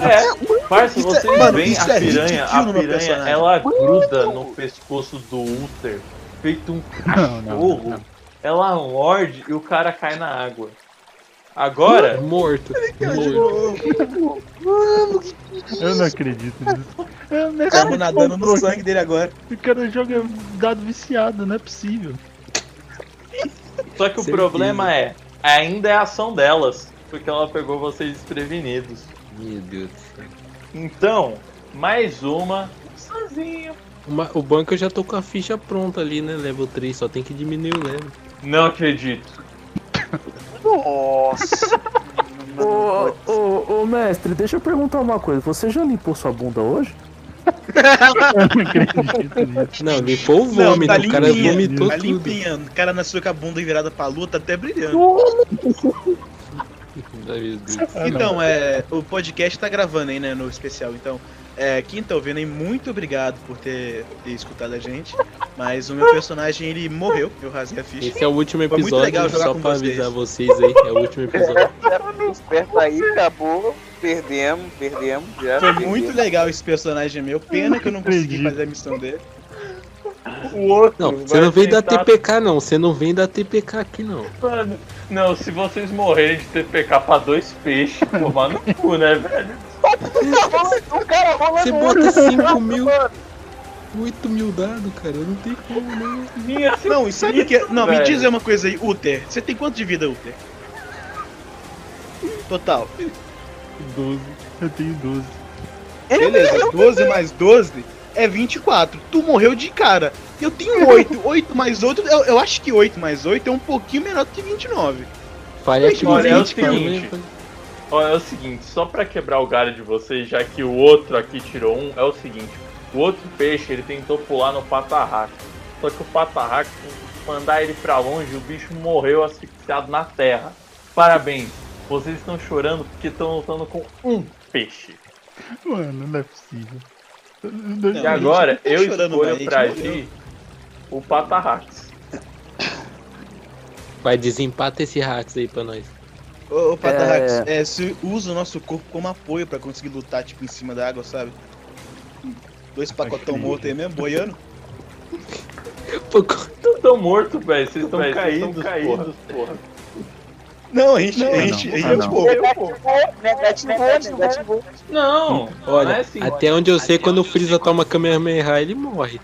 Speaker 1: É, parça,
Speaker 2: Isso é-
Speaker 1: vocês
Speaker 2: mano,
Speaker 1: veem
Speaker 2: isso
Speaker 1: a
Speaker 2: é
Speaker 1: piranha,
Speaker 2: ridículo
Speaker 1: a
Speaker 2: no meu
Speaker 1: piranha,
Speaker 2: personagem.
Speaker 1: ela gruda no pescoço do Uther, feito um
Speaker 4: Ah, Não, não,
Speaker 1: cachorro.
Speaker 4: não.
Speaker 1: Ela morde e o cara cai na água. Agora,
Speaker 3: Morto.
Speaker 2: um
Speaker 3: Morto.
Speaker 4: Eu não acredito nisso. Eu não
Speaker 2: Acabou
Speaker 4: acredito
Speaker 2: nadando
Speaker 4: nisso.
Speaker 2: no sangue dele agora.
Speaker 4: O cara joga dado viciado, não é possível.
Speaker 1: só que o
Speaker 3: Certeza.
Speaker 1: problema é, ainda é a ação delas, porque ela pegou vocês desprevenidos.
Speaker 3: Meu Deus.
Speaker 1: Então, mais uma, sozinho.
Speaker 3: Uma- o banco eu já tô com a ficha pronta ali, né? Level 3, só tem que diminuir o level.
Speaker 1: Não acredito.
Speaker 5: Nossa.
Speaker 6: Ô, ô, ô, mestre, deixa eu perguntar uma coisa. Você já limpou sua bunda hoje?
Speaker 4: Eu não acredito nisso.
Speaker 3: Não, limpou o vômito, o cara vomitou
Speaker 2: tá
Speaker 3: tudo.
Speaker 2: limpinha. O cara nasceu com a bunda virada pra lua, tá até brilhando.
Speaker 3: Ai, meu Deus.
Speaker 4: Ah,
Speaker 2: Então, é, o podcast tá gravando aí, né, no especial. Então, é, quem tá ouvindo aí, muito obrigado por ter, ter escutado a gente. Mas o meu personagem, ele morreu, eu rasguei a ficha.
Speaker 3: Esse é o último
Speaker 2: Foi muito legal
Speaker 3: episódio,
Speaker 2: jogar
Speaker 3: só
Speaker 2: com
Speaker 3: pra
Speaker 2: vocês.
Speaker 3: avisar vocês aí. É o último episódio.
Speaker 5: Esperto aí, acabou. Perdemos, perdemos. Já
Speaker 2: Foi
Speaker 5: perdemos.
Speaker 2: muito legal esse personagem meu. Pena que eu não consegui
Speaker 4: Acredito.
Speaker 2: fazer a missão dele.
Speaker 1: O outro
Speaker 3: Não, você
Speaker 1: vai
Speaker 3: não vem da
Speaker 1: tentar-
Speaker 3: TPK, não. Você não vem da TPK aqui, não.
Speaker 1: Mano, Não, se vocês morrerem de TPK pra dois peixes, tomar no cu, né, velho?
Speaker 5: O É um cara rola
Speaker 3: Você bota 5 mil, 8 mil dados, cara. Eu não tenho como, não.
Speaker 1: Minha
Speaker 2: Não, e sabe o que... é, Não, me
Speaker 1: velho.
Speaker 2: diz aí uma coisa aí, Uther. Você tem quanto de vida, Uther? Total.
Speaker 4: 12. Eu tenho 12.
Speaker 2: Beleza, 12 mais 12 é 24. Tu morreu de cara. Eu tenho 8. 8 mais 8, eu, eu acho que 8 mais 8 é um pouquinho menor do que 29.
Speaker 3: Falha
Speaker 2: Gente,
Speaker 3: aqui
Speaker 1: olha, é o
Speaker 3: 20 pelo
Speaker 1: seguinte.
Speaker 3: menos.
Speaker 1: Ó, é o seguinte, só pra quebrar o galho de vocês, já que o outro aqui tirou um, é o seguinte, o outro peixe ele tentou pular no patarraco, só que o patarraco mandar ele pra longe, o bicho morreu asfixiado na terra. Parabéns, vocês estão chorando porque estão lutando com um peixe.
Speaker 4: Mano, não é possível.
Speaker 1: E
Speaker 2: Não, a gente
Speaker 1: agora
Speaker 2: não tá
Speaker 1: eu
Speaker 2: chorando, mas a
Speaker 1: escolho
Speaker 2: gente
Speaker 1: pra
Speaker 2: morreu.
Speaker 1: agir o patarrax.
Speaker 3: Vai desempata esse hacks aí pra nós.
Speaker 2: Ô, ô Patarrax, é... se usa o nosso corpo como apoio pra conseguir lutar, tipo, em cima da água, sabe? Dois pacotão morto aí mesmo, boiando.
Speaker 3: Pô,
Speaker 1: Vocês estão mortos, velho, vocês estão
Speaker 4: Véi, vocês
Speaker 1: caídos,
Speaker 4: tão
Speaker 1: caídos, porra.
Speaker 2: Não, a gente,
Speaker 4: Não,
Speaker 2: a
Speaker 4: não.
Speaker 2: gente, a gente
Speaker 4: Ah, não.
Speaker 2: pô,
Speaker 5: é
Speaker 1: é Não,
Speaker 3: Olha,
Speaker 1: não é assim,
Speaker 3: até onde eu sei, quando o Freeza toma Kamehameha, ele morre.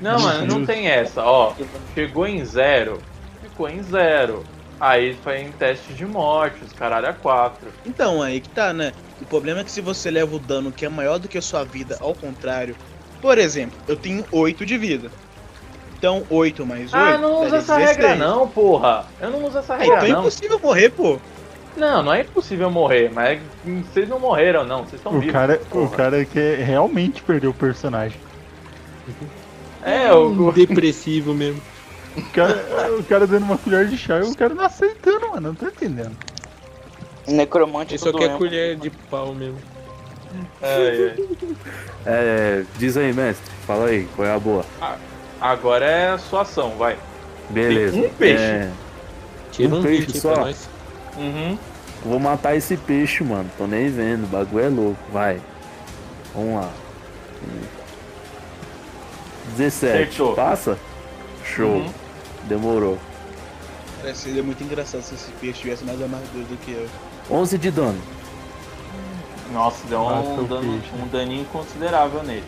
Speaker 1: Não, mano, não tem essa, ó. Chegou em zero, ficou em zero. Aí foi em teste de morte, os caralho a quatro.
Speaker 2: Então, aí que tá, né? O problema é que se você leva o dano que é maior do que a sua vida, ao contrário. Por exemplo, eu tenho 8 de vida. Então, 8 mais 8.
Speaker 1: Ah, não usa
Speaker 2: dá
Speaker 1: essa
Speaker 2: 16.
Speaker 1: regra não, porra. Eu não uso essa
Speaker 2: Ah,
Speaker 1: regra
Speaker 2: então é
Speaker 1: não.
Speaker 2: impossível morrer, pô.
Speaker 1: Não, não é impossível morrer, mas hum, vocês não morreram não, vocês estão
Speaker 4: O
Speaker 1: vivos.
Speaker 4: cara, o
Speaker 1: porra.
Speaker 4: cara quer realmente perder o personagem.
Speaker 1: É, o, o-
Speaker 3: Um Depressivo mesmo.
Speaker 4: um O cara, o cara dando uma colher de chá e o cara não aceitando, mano. Não tô entendendo.
Speaker 5: Necromante
Speaker 3: Ele só
Speaker 5: doente.
Speaker 3: quer colher de pau mesmo.
Speaker 1: Ai, ai.
Speaker 7: É, diz aí, mestre. Fala aí, qual é a boa?
Speaker 1: Agora é a sua ação, vai.
Speaker 7: Beleza.
Speaker 1: Tem um peixe.
Speaker 7: É,
Speaker 3: Tira
Speaker 7: Um
Speaker 3: um,
Speaker 7: peixe
Speaker 3: bicho aí
Speaker 7: só?
Speaker 3: pra nós.
Speaker 1: Uhum.
Speaker 7: vou matar esse peixe, mano. Tô nem vendo. O bagulho é louco. Vai. Vamos lá. 17.
Speaker 1: Acertou.
Speaker 7: Passa? Show.
Speaker 1: Uhum.
Speaker 7: Demorou.
Speaker 2: Cara, seria muito engraçado se esse peixe tivesse mais amargura do que eu.
Speaker 7: 11 de dano.
Speaker 1: Nossa, deu
Speaker 4: Matou
Speaker 1: um,
Speaker 4: o
Speaker 1: dano-
Speaker 4: peixe.
Speaker 1: um daninho considerável neles.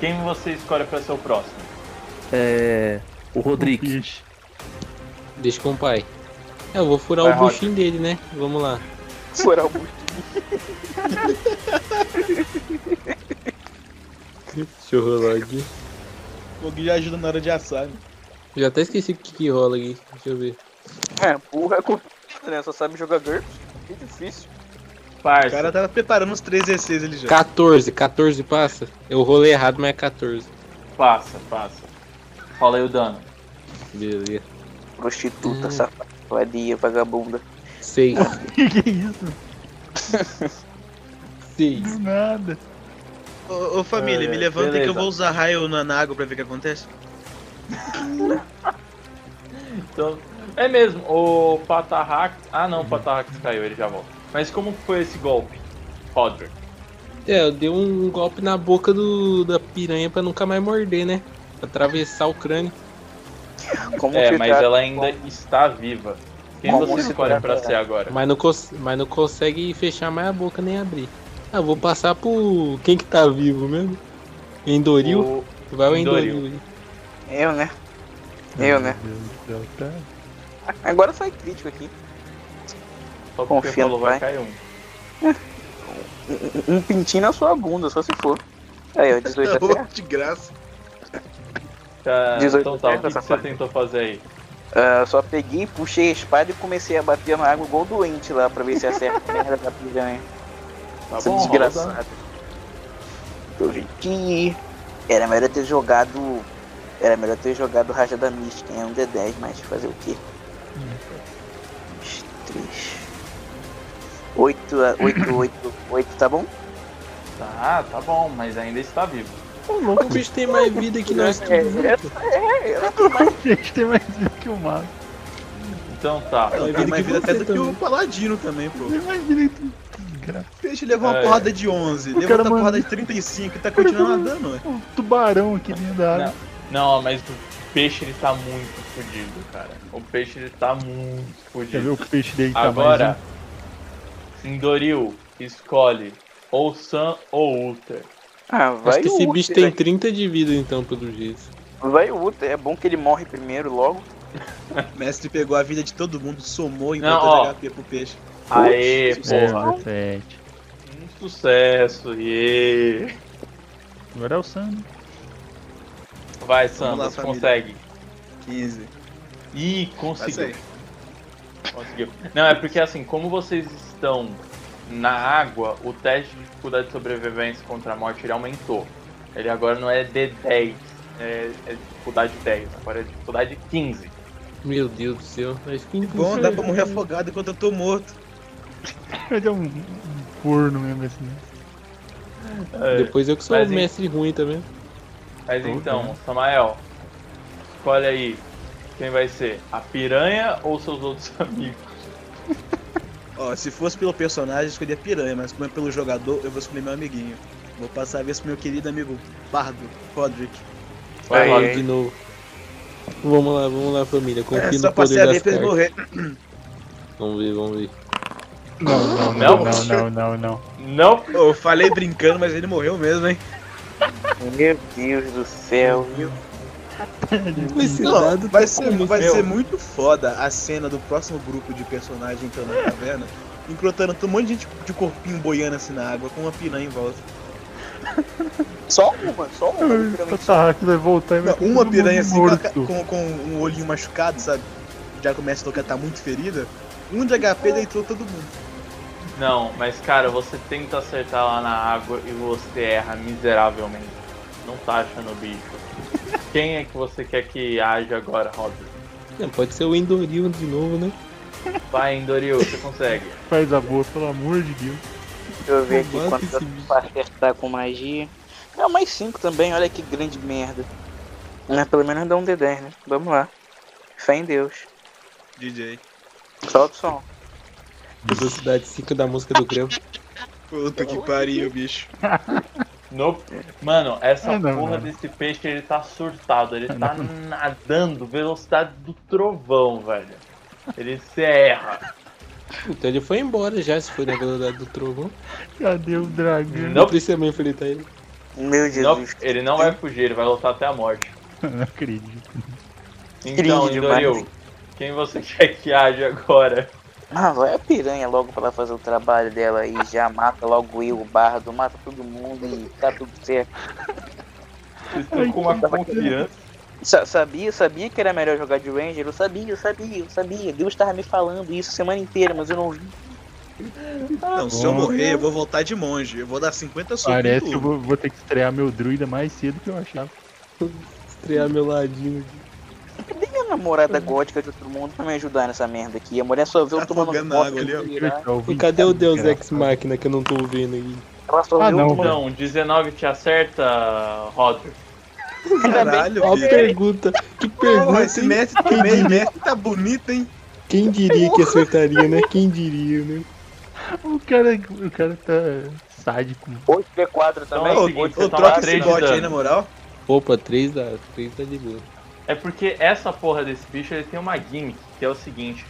Speaker 1: Quem você escolhe pra ser o próximo?
Speaker 7: É. O Rodrigo.
Speaker 4: Ixi.
Speaker 3: Deixa com o pai. É, Eu vou furar
Speaker 1: Vai,
Speaker 3: o buchinho dele, né? Vamos lá.
Speaker 5: Furar o bucho.
Speaker 3: Deixa eu rolar aqui.
Speaker 2: O Gui já ajuda na hora de assar. né?
Speaker 3: Já até esqueci o que, que rola aqui. Deixa eu ver.
Speaker 5: É, burro é complicado, né? Só sabe jogar GURPS. Que difícil.
Speaker 2: O cara
Speaker 1: Parça,
Speaker 2: tava preparando uns 3 E6 ele já.
Speaker 3: 14, 14 passa? Eu rolei errado, mas é 14.
Speaker 1: passa, passa. Fala aí o dano.
Speaker 3: Beleza.
Speaker 5: Prostituta,
Speaker 3: Hum.
Speaker 5: safada, vadia, vagabunda.
Speaker 3: 6.
Speaker 4: Que que é isso?
Speaker 3: 6.
Speaker 4: Do nada.
Speaker 2: Ô, ô, família,
Speaker 1: É,
Speaker 2: me levanta que eu
Speaker 1: beleza.
Speaker 2: vou usar raio na, na água pra ver o que acontece.
Speaker 1: Então, é mesmo, o Patarrax. Ah
Speaker 5: Uhum.
Speaker 1: não, o Patarrax caiu, ele já volta. Mas como foi esse golpe, Roderick?
Speaker 3: É, eu dei um golpe na boca do, da piranha pra nunca mais morder, né? Pra atravessar o crâneo.
Speaker 5: Como tá?
Speaker 1: É,
Speaker 5: se
Speaker 1: mas
Speaker 5: trata-
Speaker 1: ela ainda está viva. Quem
Speaker 5: Como
Speaker 1: você
Speaker 5: se
Speaker 1: escolhe pra
Speaker 5: trata-
Speaker 1: ser agora?
Speaker 3: Mas não, cons- mas não consegue fechar mais a boca nem abrir. Ah, eu vou passar pro. Quem que tá vivo mesmo? Endoril?
Speaker 1: O-
Speaker 3: Vai o
Speaker 1: Endoril.
Speaker 3: Endoril. aí.
Speaker 5: Eu, né? Eu, né?
Speaker 4: Meu Deus do céu, tá.
Speaker 5: Agora sai crítico aqui.
Speaker 1: Só porque
Speaker 5: Confia no
Speaker 1: falou vai
Speaker 5: pai.
Speaker 1: cair um.
Speaker 5: Um- Um, um pintinho na sua bunda, só se for. Aí, ó, 18
Speaker 2: Ô,
Speaker 5: até.
Speaker 2: de graça.
Speaker 1: Tá,
Speaker 5: 18
Speaker 1: então tá, o que, que você
Speaker 5: safado.
Speaker 1: tentou fazer aí?
Speaker 5: Ah, só peguei, puxei a espada e comecei a bater na água igual doente lá pra ver se acerta a merda da piranha.
Speaker 1: Tá
Speaker 5: Essa
Speaker 1: bom, roda.
Speaker 5: desgraçada. Tô gente. Era melhor ter jogado. Era melhor ter jogado Raja da Mística, é um D10, mas fazer o quê? Uns três. Oito, a- oito, oito, oito, tá bom?
Speaker 1: Tá, tá bom, mas ainda está vivo.
Speaker 3: O bicho tem mais vida que nós né? tudo. junto.
Speaker 4: Gente, tem mais vida que o mago.
Speaker 1: Então tá.
Speaker 2: Não,
Speaker 3: vida
Speaker 2: tem mais
Speaker 3: que
Speaker 2: vida
Speaker 3: você
Speaker 2: até do que o
Speaker 3: também.
Speaker 2: Paladino também, pô.
Speaker 4: Tem mais vida que tu. Desgraça.
Speaker 2: O peixe levou uma
Speaker 1: É.
Speaker 2: porrada de 11, levou
Speaker 4: cara
Speaker 2: outra
Speaker 4: manda-
Speaker 2: porrada de 35 e tá continuando nadando, ué.
Speaker 4: Um tubarão aqui dentro da água.
Speaker 1: Não, mas o peixe ele tá muito fudido, cara. O peixe ele tá muito
Speaker 4: Quer ver
Speaker 1: fudido.
Speaker 4: o peixe dele tá
Speaker 1: Agora,
Speaker 4: um.
Speaker 1: Indoril, escolhe ou Sam ou Uther.
Speaker 5: Ah,
Speaker 3: Acho
Speaker 5: vai
Speaker 3: que
Speaker 5: o
Speaker 3: esse
Speaker 5: Uther,
Speaker 3: bicho tem 30 de vida então, pelo jeito.
Speaker 5: Vai o Uther, é bom que ele morre primeiro logo.
Speaker 2: O mestre pegou a vida de todo mundo, somou e
Speaker 1: Não,
Speaker 2: botou
Speaker 1: ó.
Speaker 2: de HP pro peixe.
Speaker 1: Aê,
Speaker 4: mais um.
Speaker 1: porra.
Speaker 4: É, 17.
Speaker 1: Um sucesso, e
Speaker 4: Agora é o Sandro.
Speaker 1: Vai, Sam,
Speaker 2: Vamos lá,
Speaker 1: você
Speaker 2: família.
Speaker 1: consegue.
Speaker 2: 15.
Speaker 1: Ih,
Speaker 2: Vai
Speaker 1: conseguiu.
Speaker 2: sair.
Speaker 1: Conseguiu. Não, é porque assim, como vocês estão na água, o teste de dificuldade de sobrevivência contra a morte ele aumentou. Ele agora não é D10, é, é dificuldade 10, agora é dificuldade 15.
Speaker 3: Meu Deus do céu. Acho que
Speaker 2: Bom, dá pra morrer afogado enquanto eu tô morto.
Speaker 4: Vai dar um, um corno mesmo assim.
Speaker 1: É,
Speaker 3: Depois eu que sou
Speaker 1: Mas,
Speaker 3: o
Speaker 1: hein?
Speaker 3: mestre ruim também.
Speaker 1: mas então, Samael, escolhe aí quem vai ser, a piranha ou seus outros amigos?
Speaker 2: Ó, se fosse pelo personagem, eu escolheria piranha, mas como é pelo jogador, eu vou escolher meu amiguinho. Vou passar a vez pro meu querido amigo Bardo, Roderick.
Speaker 1: Vai,
Speaker 5: Aí,
Speaker 1: Rob.
Speaker 5: aí.
Speaker 3: de novo. Vamos lá, vamos lá, família.
Speaker 2: É,
Speaker 3: Confio
Speaker 2: só
Speaker 3: no
Speaker 2: passei
Speaker 3: poder
Speaker 2: a vez
Speaker 3: das
Speaker 2: pra ele
Speaker 3: cartas.
Speaker 2: morrer.
Speaker 3: Vamos ver, vamos ver.
Speaker 4: Não,
Speaker 1: Não?
Speaker 4: não, não, não, não, não.
Speaker 1: Não
Speaker 2: Ô, eu falei brincando, mas ele morreu mesmo, hein?
Speaker 5: Meu Deus do céu.
Speaker 3: Esse
Speaker 2: Não,
Speaker 3: dado
Speaker 2: vai
Speaker 3: tá
Speaker 2: ser,
Speaker 3: como?
Speaker 2: vai
Speaker 1: meu.
Speaker 2: ser muito foda a cena do próximo grupo de personagens entrando na caverna, tá encrotando um monte de gente de corpinho boiando assim na água, com uma piranha em volta.
Speaker 5: Só uma, só uma.
Speaker 4: O
Speaker 5: literalmente.
Speaker 4: Tarraco vai voltar e vai
Speaker 2: Não,
Speaker 4: ter
Speaker 2: uma
Speaker 4: todo
Speaker 2: piranha
Speaker 4: mundo
Speaker 2: assim, com, a ca-
Speaker 4: morto.
Speaker 2: com, com um olhinho machucado, sabe? Já começa a tocar, tá muito ferida. Um de HP deitou todo mundo.
Speaker 1: Não, mas cara, você tenta acertar lá na água e você erra miseravelmente. Não tá achando o bicho. Quem é que você quer que age agora, Robert?
Speaker 3: É, pode ser o Endoril de novo, né?
Speaker 1: Vai, Endoril, você consegue.
Speaker 4: Faz a boa, pelo amor de Deus.
Speaker 5: Deixa eu ver aqui
Speaker 2: Mata
Speaker 5: quanto
Speaker 2: esse bicho.
Speaker 5: eu pra acertar com magia. Não, mais 5 também, olha que grande merda. Mas pelo menos dá um D10, né? Vamos lá. Fé em Deus.
Speaker 2: DJ.
Speaker 5: Solta o som.
Speaker 3: Velocidade 5 da música do Grêmio.
Speaker 2: Puta que pariu, bicho.
Speaker 1: Nope. Mano, essa
Speaker 4: Ah, não,
Speaker 1: porra
Speaker 4: não.
Speaker 1: desse peixe, ele tá surtado. Ele tá nadando velocidade do trovão, velho. Ele se erra.
Speaker 3: Então ele foi embora já, se foi na velocidade do trovão.
Speaker 4: Cadê o dragão?
Speaker 3: Não
Speaker 1: Nope.
Speaker 3: precisa me enfrentar ele.
Speaker 5: Meu
Speaker 1: Nope.
Speaker 5: Jesus.
Speaker 1: Ele não vai fugir, ele vai lutar até a morte.
Speaker 4: Não acredito.
Speaker 1: Então,
Speaker 5: Cringe demais.
Speaker 1: Endoril, quem você quer que age agora?
Speaker 5: Ah, vai a piranha logo pra ela fazer o trabalho dela aí. Já mata logo eu, o bardo, mata todo mundo e tá tudo certo.
Speaker 1: Vocês estão com uma confiança.
Speaker 5: Sa- sabia, sabia que era melhor jogar de Ranger? Eu sabia, eu sabia, eu sabia. Deus tava me falando isso semana inteira, mas eu não vi.
Speaker 2: Não, se eu morrer, eu vou voltar de monge. Eu vou dar 50 socos em
Speaker 4: Parece que
Speaker 2: tudo.
Speaker 4: eu vou, vou ter que estrear meu druida mais cedo que eu achava.
Speaker 3: Estrear meu ladinho.
Speaker 5: Cadê minha namorada gótica de outro mundo pra me ajudar nessa merda aqui? A mulher só viu
Speaker 2: Tá
Speaker 5: eu tomando
Speaker 2: afogando
Speaker 5: foto
Speaker 2: água
Speaker 5: de
Speaker 2: ali, ó.
Speaker 1: É.
Speaker 5: virar.
Speaker 3: E cadê o Deus Ex Machina que eu não tô vendo aqui?
Speaker 5: Ela só
Speaker 4: Ah,
Speaker 5: viu
Speaker 4: não,
Speaker 5: eu tomando.
Speaker 1: Então, 19 te acerta, Roger.
Speaker 2: Caralho,
Speaker 3: Ó a
Speaker 2: bicho.
Speaker 3: pergunta. Que
Speaker 2: Porra,
Speaker 3: pergunta,
Speaker 2: esse
Speaker 3: hein?
Speaker 2: mestre também, mestre tá bonito, hein?
Speaker 3: Quem diria que acertaria, né? Quem diria, né?
Speaker 4: O cara, o cara tá sádico.
Speaker 5: 8D4
Speaker 1: Então
Speaker 5: também.
Speaker 1: é o
Speaker 2: Ô,
Speaker 1: seguinte,
Speaker 2: ô,
Speaker 1: você toma
Speaker 2: troca esse
Speaker 1: 3 de
Speaker 2: bot aí, na
Speaker 1: dano.
Speaker 2: moral.
Speaker 3: Opa, 3 da, 3 da de boa.
Speaker 1: É porque essa porra desse bicho, ele tem uma gimmick, que é o seguinte.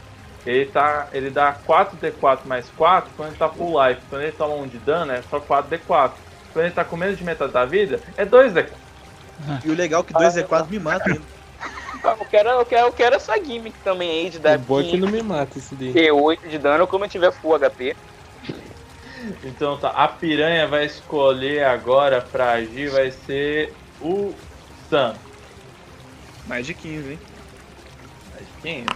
Speaker 1: Ele, tá, ele dá 4d4 mais 4 quando ele tá full life. Quando ele toma 1 de dano, é só 4d4. Quando ele tá com menos de metade da vida, é 2d4.
Speaker 2: E o legal é que 2x4 me mata ainda.
Speaker 5: Ah, Eu quero, eu, quero, eu quero essa gimmick também aí de
Speaker 3: O
Speaker 5: dar
Speaker 3: bom é que
Speaker 5: 15,
Speaker 3: não me mata esse daí.
Speaker 5: 8 de dano como eu tiver full HP.
Speaker 1: Então tá, a piranha vai escolher agora pra agir, vai ser o Sam.
Speaker 2: Mais de 15, hein?
Speaker 1: Quem?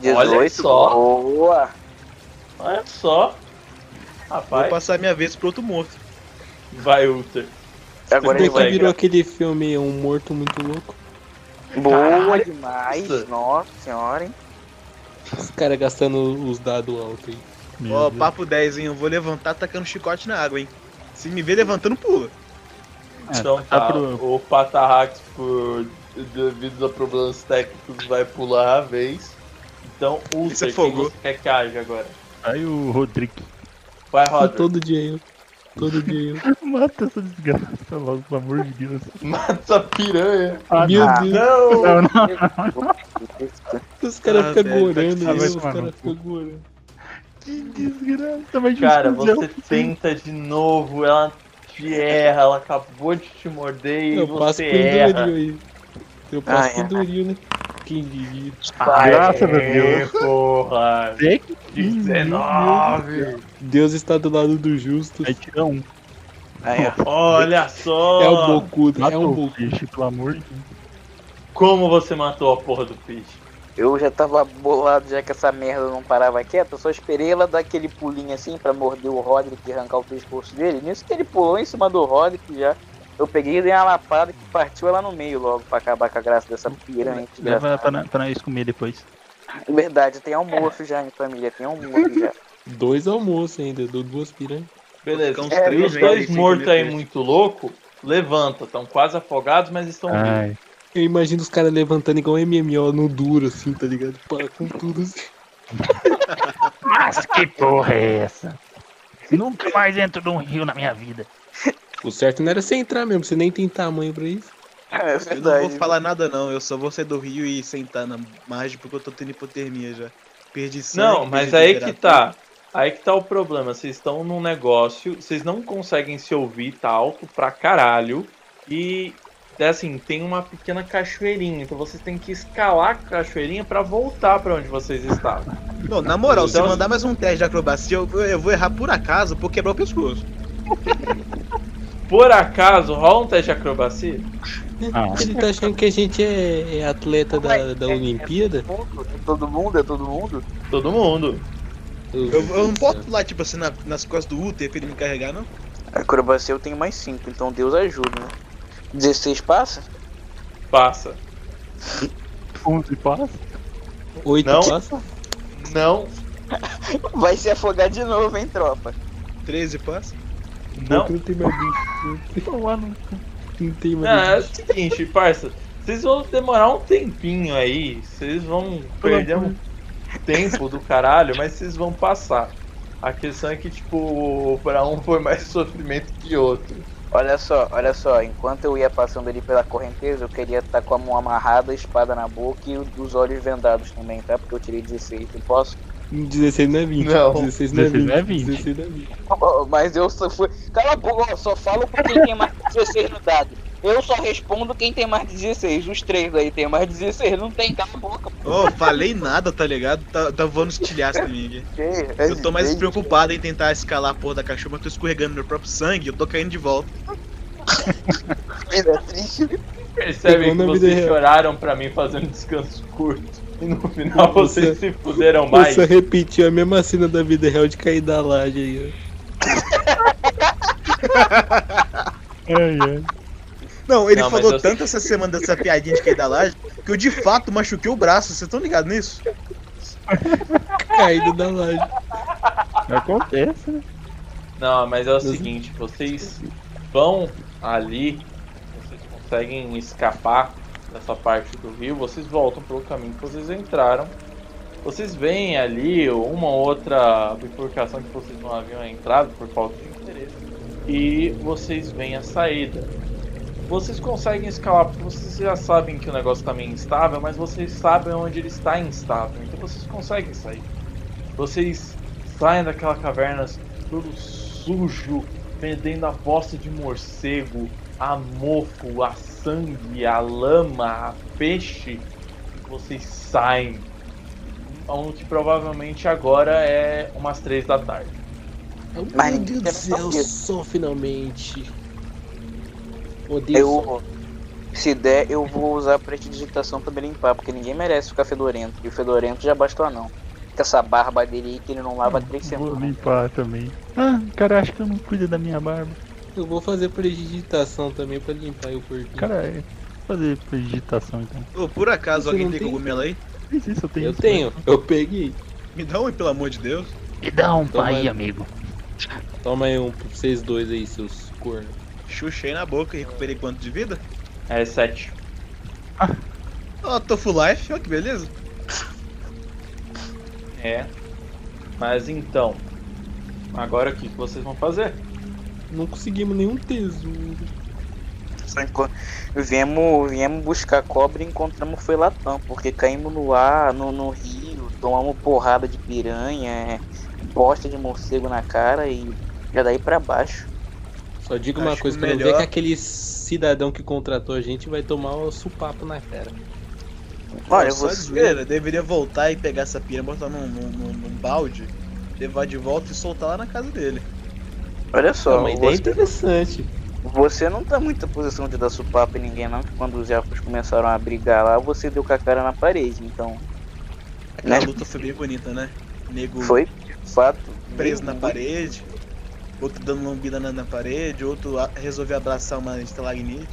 Speaker 5: 18.
Speaker 1: só.
Speaker 5: Boa.
Speaker 1: Olha só.
Speaker 2: Vou
Speaker 1: Rapaz,
Speaker 2: passar minha vez pro outro morto.
Speaker 1: vai Ultra.
Speaker 3: É,
Speaker 5: Agora ele
Speaker 1: Tem
Speaker 3: Porque
Speaker 5: vai.
Speaker 1: que
Speaker 3: virou aquele filme Um Morto Muito Louco.
Speaker 5: Boa
Speaker 1: Caralho,
Speaker 5: demais.
Speaker 1: nossa.
Speaker 5: Nossa senhora, hein?
Speaker 3: Os caras gastando os dados alto aí.
Speaker 4: Meu
Speaker 2: Ó,
Speaker 4: Deus.
Speaker 2: papo 10, hein? Eu vou levantar tacando chicote na água, hein? Se me ver levantando, pula.
Speaker 4: É,
Speaker 1: Então
Speaker 4: tá
Speaker 1: tá,
Speaker 4: pro-
Speaker 1: o Patarrax, por devido a problemas técnicos, vai pular a vez. Então,
Speaker 2: Isso
Speaker 1: Ultra,
Speaker 2: é
Speaker 1: quem
Speaker 2: fogo.
Speaker 1: você quer que haja agora?
Speaker 4: Aí o Rodrigo
Speaker 1: Vai, Roger.
Speaker 3: Todo dia eu. Todo dia eu.
Speaker 4: mata essa desgraça logo, pelo amor de Deus.
Speaker 1: Mata essa piranha.
Speaker 4: Ah,
Speaker 3: Meu
Speaker 4: não.
Speaker 3: Deus,
Speaker 1: Não!
Speaker 4: Não, não.
Speaker 3: os caras
Speaker 2: Ah,
Speaker 3: ficam
Speaker 2: velho,
Speaker 3: gorando,
Speaker 4: tá
Speaker 3: né?
Speaker 4: vai
Speaker 3: Os
Speaker 4: tomar no
Speaker 3: caras
Speaker 4: cu.
Speaker 3: ficam gorando.
Speaker 4: Que desgraça, mas um
Speaker 1: Cara,
Speaker 4: justo,
Speaker 1: você tenta de novo, ela te erra, ela acabou de te morder e
Speaker 3: Eu passo
Speaker 1: você
Speaker 3: com
Speaker 1: erra.
Speaker 3: durio aí. Eu
Speaker 5: Ai,
Speaker 3: passo
Speaker 5: ai.
Speaker 3: com durio, né? Quem diria?
Speaker 1: Vai,
Speaker 4: Graças a Deus.
Speaker 1: É, porra.
Speaker 4: Zé que-
Speaker 1: 19.
Speaker 3: Deus está do lado do justo.
Speaker 4: Vai tirar um.
Speaker 5: Aí, ó.
Speaker 1: Olha só.
Speaker 3: É um bocudo, é
Speaker 4: Matou
Speaker 3: um
Speaker 4: o
Speaker 3: bocudo.
Speaker 4: peixe, pelo amor de Deus.
Speaker 1: Como você matou a porra do peixe?
Speaker 5: Eu já tava bolado já que essa merda não parava quieta, eu só esperei ela dar aquele pulinho assim pra morder o Roderick e arrancar o pescoço dele. Nisso que ele pulou em cima do Roderick já. Eu peguei e dei uma lapada que partiu ela no meio logo pra acabar com a graça dessa piranha. que
Speaker 4: Leva ela pra,
Speaker 5: engraçada.
Speaker 4: na- pra nós comer depois.
Speaker 5: É Verdade, tem almoço já em família, tem almoço já.
Speaker 3: Dois almoços ainda, dou duas piranhas.
Speaker 1: Beleza.
Speaker 2: Vou
Speaker 1: Os
Speaker 2: ficar uns três
Speaker 1: os
Speaker 2: meses
Speaker 1: dois
Speaker 2: sem
Speaker 1: mortos
Speaker 2: comer
Speaker 1: aí
Speaker 2: peixe.
Speaker 1: muito louco, levanta, estão quase afogados, mas estão vivos.
Speaker 4: Ai,
Speaker 3: Eu imagino os caras levantando igual MMO no duro, assim, tá ligado? Pá, com tudo assim.
Speaker 4: mas que porra é essa? Nunca mais entro num rio na minha vida.
Speaker 3: O certo não era você entrar mesmo, você nem tem tamanho pra isso.
Speaker 5: É
Speaker 2: Eu não vou
Speaker 5: verdade.
Speaker 2: falar nada, não. Eu só vou sair do rio e sentar na margem porque eu tô tendo hipotermia já. Perdi sangue.
Speaker 1: Não, mas
Speaker 2: perdi
Speaker 1: aí que
Speaker 2: temperatura.
Speaker 1: tá. Aí que tá o problema. Vocês estão num negócio, vocês não conseguem se ouvir, tá alto pra caralho. E assim, tem uma pequena cachoeirinha. Então vocês têm que escalar a cachoeirinha pra voltar pra onde vocês estavam.
Speaker 2: Não, na moral,
Speaker 1: Então-
Speaker 2: se mandar mais um teste de acrobacia, eu, eu vou errar por acaso por quebrar o pescoço.
Speaker 1: Por acaso, rola um teste de acrobacia?
Speaker 4: Ah,
Speaker 3: Ele tá achando que a gente é, é atleta da, da Olimpíada?
Speaker 5: Todo mundo, é todo mundo?
Speaker 1: Todo mundo.
Speaker 2: Eu, eu não posso pular, tipo assim, na- nas costas do útero pra ele me carregar, não?
Speaker 5: Acrobacia eu tenho mais 5, então Deus ajuda, né? 16 passa?
Speaker 1: Passa.
Speaker 4: 11 passa.
Speaker 3: Oito
Speaker 1: Não.
Speaker 3: passa?
Speaker 1: Não,
Speaker 5: Vai se afogar de novo, hein, tropa?
Speaker 2: 13 passa?
Speaker 1: não.
Speaker 8: Não tem mais bicho. Não tem
Speaker 1: Não, é
Speaker 8: mais
Speaker 1: o seguinte, parça. Vocês vão demorar um tempinho aí. Vocês vão perder um tempo do caralho, mas vocês vão passar. A questão é que, tipo, pra um foi mais sofrimento que outro.
Speaker 5: Olha só, olha só, enquanto eu ia passando ali pela correnteza, eu queria estar com a mão amarrada, a espada na boca e o- os olhos vendados também, tá? Porque eu tirei 16, não posso.
Speaker 8: 16 não é 20.
Speaker 1: Não.
Speaker 8: 16 não é
Speaker 4: 16
Speaker 8: 20.
Speaker 4: não é 20.
Speaker 8: 16 não é 20.
Speaker 5: Mas eu só fui. Cala a boca, ó, só falo com quem tem mais de 16 no dado. Eu só respondo quem tem mais de 16. Os três aí tem mais de 16, não tem, cala a boca.
Speaker 2: Ô, falei nada, tá ligado? Tá, tá voando os tilhaços pra mim aqui.
Speaker 5: é
Speaker 2: Eu tô mais preocupado em tentar escalar a porra da cachorra, mas tô escorregando meu próprio sangue, eu tô caindo de volta.
Speaker 5: É triste.
Speaker 1: Percebem que
Speaker 8: Pegou na vida
Speaker 1: vocês
Speaker 8: real.
Speaker 1: choraram pra mim fazendo descanso curto. E no final vocês se fuderam mais.
Speaker 8: Você repetiu a mesma cena da vida real de cair da laje aí, ó.
Speaker 4: Ai, ai.
Speaker 2: Não, ele
Speaker 1: Não, mas
Speaker 2: falou
Speaker 1: eu-
Speaker 2: tanto essa semana dessa piadinha de cair da laje que eu de fato machuquei o braço, vocês estão ligados nisso?
Speaker 8: Caído da laje.
Speaker 4: Acontece, né?
Speaker 1: Não, mas é o seguinte, vocês vão ali, vocês conseguem escapar dessa parte do rio, vocês voltam pelo caminho que vocês entraram. Vocês veem ali uma ou outra bifurcação que vocês não haviam entrado por falta de interesse. E vocês veem a saída. Vocês conseguem escalar, porque vocês já sabem que o negócio tá meio instável, mas vocês sabem onde ele está instável. Então vocês conseguem sair. Vocês saem daquela caverna todo sujo, vendendo a bosta de morcego, a mofo, a sangue, a lama, a peixe, e vocês saem. Onde provavelmente agora é umas três da tarde.
Speaker 5: Mas
Speaker 8: Meu
Speaker 5: ninguém
Speaker 8: Deus
Speaker 5: quer
Speaker 8: do
Speaker 5: saber.
Speaker 8: céu, só finalmente.
Speaker 5: né?
Speaker 8: Odeio sol.
Speaker 5: Eu. Se der, eu vou usar a prestidigitação pra me limpar, porque ninguém merece ficar fedorento. E o fedorento já bastou, não. Com essa barba dele aí que ele não lava há três
Speaker 4: Vou
Speaker 5: semanas.
Speaker 4: limpar também. Ah, cara, acho que eu não cuido da minha barba.
Speaker 3: Eu vou fazer predigitação também pra limpar o corpinho.
Speaker 4: Cara, é- vou fazer digitação então.
Speaker 2: Ô, por acaso
Speaker 3: Você
Speaker 2: alguém
Speaker 3: não
Speaker 2: tem
Speaker 3: tem?
Speaker 2: cogumelo aí?
Speaker 4: Faz isso, eu tenho.
Speaker 3: eu
Speaker 4: isso,
Speaker 3: tenho, eu peguei.
Speaker 2: Me dá um, aí, pelo amor de Deus.
Speaker 4: né? Me dá um
Speaker 3: Então
Speaker 4: pai,
Speaker 3: vai.
Speaker 4: amigo.
Speaker 3: Toma aí um pra vocês dois aí, seus cornos.
Speaker 2: Chuchei na boca e recuperei quanto de vida?
Speaker 1: É sete.
Speaker 2: Ó, tô full life, ó que beleza.
Speaker 1: É. Mas então, agora o que que vocês vão fazer?
Speaker 3: Não conseguimos nenhum tesouro.
Speaker 5: Só enco- Viemos, viemos buscar cobra e encontramos foi latão, porque caímos no ar, no, no rio, tomamos porrada de piranha, bosta de morcego na cara e já daí pra baixo.
Speaker 3: Só digo uma
Speaker 2: Acho
Speaker 3: coisa, quando
Speaker 2: melhor-
Speaker 3: ver que aquele cidadão que contratou a gente vai tomar o supapo na cara.
Speaker 5: Olha,
Speaker 2: Só de
Speaker 5: você.
Speaker 2: zoeira, eu deveria voltar e pegar essa pira, botar num, num- num- num balde, levar de volta e soltar lá na casa dele.
Speaker 5: Olha
Speaker 3: É
Speaker 5: só,
Speaker 3: uma ideia
Speaker 5: você,
Speaker 3: interessante.
Speaker 5: você não tá muito na posição de dar supapo em ninguém, não, que quando os elfos começaram a brigar lá, você deu com a cara na parede, então.
Speaker 2: Aquela
Speaker 5: Né?
Speaker 2: luta foi bem bonita, né? Nego
Speaker 5: Foi, de fato.
Speaker 2: preso na parede, outro dando lambida na, na parede, outro a- resolveu abraçar uma estalagmite.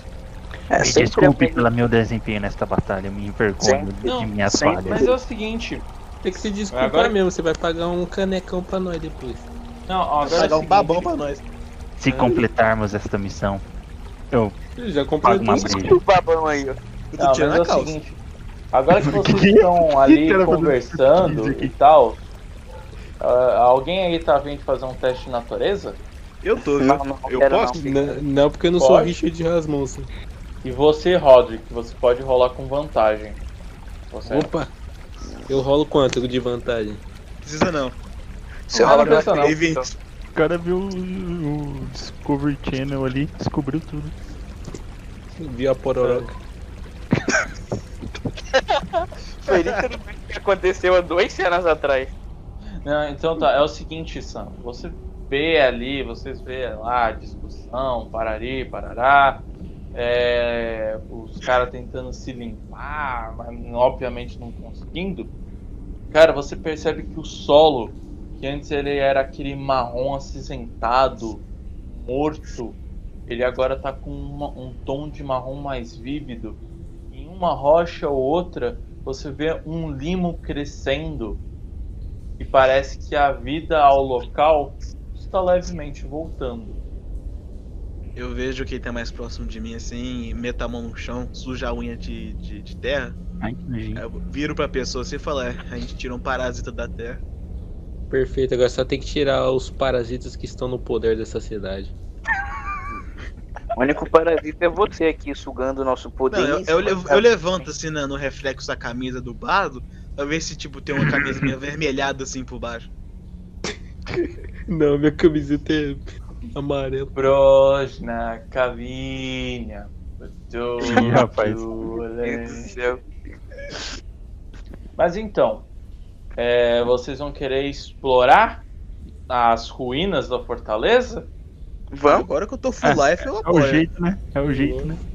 Speaker 5: É,
Speaker 4: Me
Speaker 5: sempre
Speaker 4: desculpe
Speaker 5: aprendi-
Speaker 4: pelo meu desempenho nesta batalha, eu me envergonho
Speaker 5: Sempre.
Speaker 4: de
Speaker 1: Não,
Speaker 4: minhas
Speaker 5: sempre,
Speaker 4: falhas.
Speaker 1: Mas é o seguinte.
Speaker 3: Tem que se desculpar
Speaker 1: Agora-
Speaker 3: mesmo, você vai pagar um canecão pra nós depois.
Speaker 1: Não, agora. é o
Speaker 2: Vai dar um
Speaker 1: seguinte,
Speaker 2: babão pra nós.
Speaker 5: é.
Speaker 4: Se completarmos esta missão,
Speaker 3: Eu já comprei
Speaker 4: pago uma breja.
Speaker 5: o babão aí, ó.
Speaker 2: Eu tô
Speaker 1: Não, mas é
Speaker 2: tirando
Speaker 1: o
Speaker 2: a calça.
Speaker 1: seguinte, agora que vocês
Speaker 4: Que?
Speaker 1: estão ali
Speaker 4: Era pra
Speaker 1: conversando
Speaker 4: fazer um
Speaker 1: e tal, ah, alguém aí tá vindo fazer um teste de natureza?
Speaker 2: Eu tô, viu?
Speaker 5: Não, não,
Speaker 2: Eu
Speaker 5: quero
Speaker 2: posso?
Speaker 5: não,
Speaker 3: N-
Speaker 5: fica.
Speaker 3: Não, porque eu não sou
Speaker 1: Pode.
Speaker 3: Richard Rasmussen.
Speaker 1: E você, Roderick, você pode rolar com vantagem. Você
Speaker 3: Opa! Eu rolo quanto de vantagem?
Speaker 2: Precisa não.
Speaker 5: Você
Speaker 1: Ah,
Speaker 5: rola
Speaker 1: não pensa
Speaker 5: pra
Speaker 1: não.
Speaker 2: Dei 20.
Speaker 1: tá?
Speaker 4: O cara viu o o Discovery Channel ali, descobriu tudo.
Speaker 3: Vi a pororoca.
Speaker 5: Ferita no vídeo que aconteceu há duas cenas atrás.
Speaker 1: Não, então tá, é o seguinte, Sam, você vê ali, vocês vê lá a discussão, parari, parará, é, os caras tentando se limpar, mas obviamente não conseguindo. Cara, você percebe que o solo, que antes ele era aquele marrom acinzentado, morto, ele agora tá com uma- um tom de marrom mais vívido. Em uma rocha ou outra, você vê um limo crescendo E parece que a vida ao local está levemente voltando.
Speaker 2: Eu vejo quem tá mais próximo de mim assim, meta a mão no chão, suja a unha de, de, de terra.
Speaker 4: Ai, que nojento.
Speaker 2: Aí eu viro pra pessoa assim e falo, é, a gente tirou um parasita da terra.
Speaker 3: Perfeito, agora só tem que tirar os parasitas que estão no poder dessa cidade.
Speaker 9: O único parasita é você aqui sugando o nosso poder. tá
Speaker 2: Não, eu, eu, lev- eu levanto assim na- no reflexo da camisa do bardo, pra ver se tipo tem uma camisa meio avermelhada assim por baixo.
Speaker 3: Não, minha camiseta é amarela.
Speaker 1: Brosna, Cavinha,
Speaker 4: Ih, rapaz.
Speaker 9: Meu Deus do céu.
Speaker 1: Mas então, é, vocês vão querer explorar as ruínas da fortaleza?
Speaker 9: Vamos?
Speaker 2: Agora que eu tô full
Speaker 4: Ah,
Speaker 2: life, eu
Speaker 4: É o
Speaker 2: apoio.
Speaker 4: jeito, né? É o jeito, né?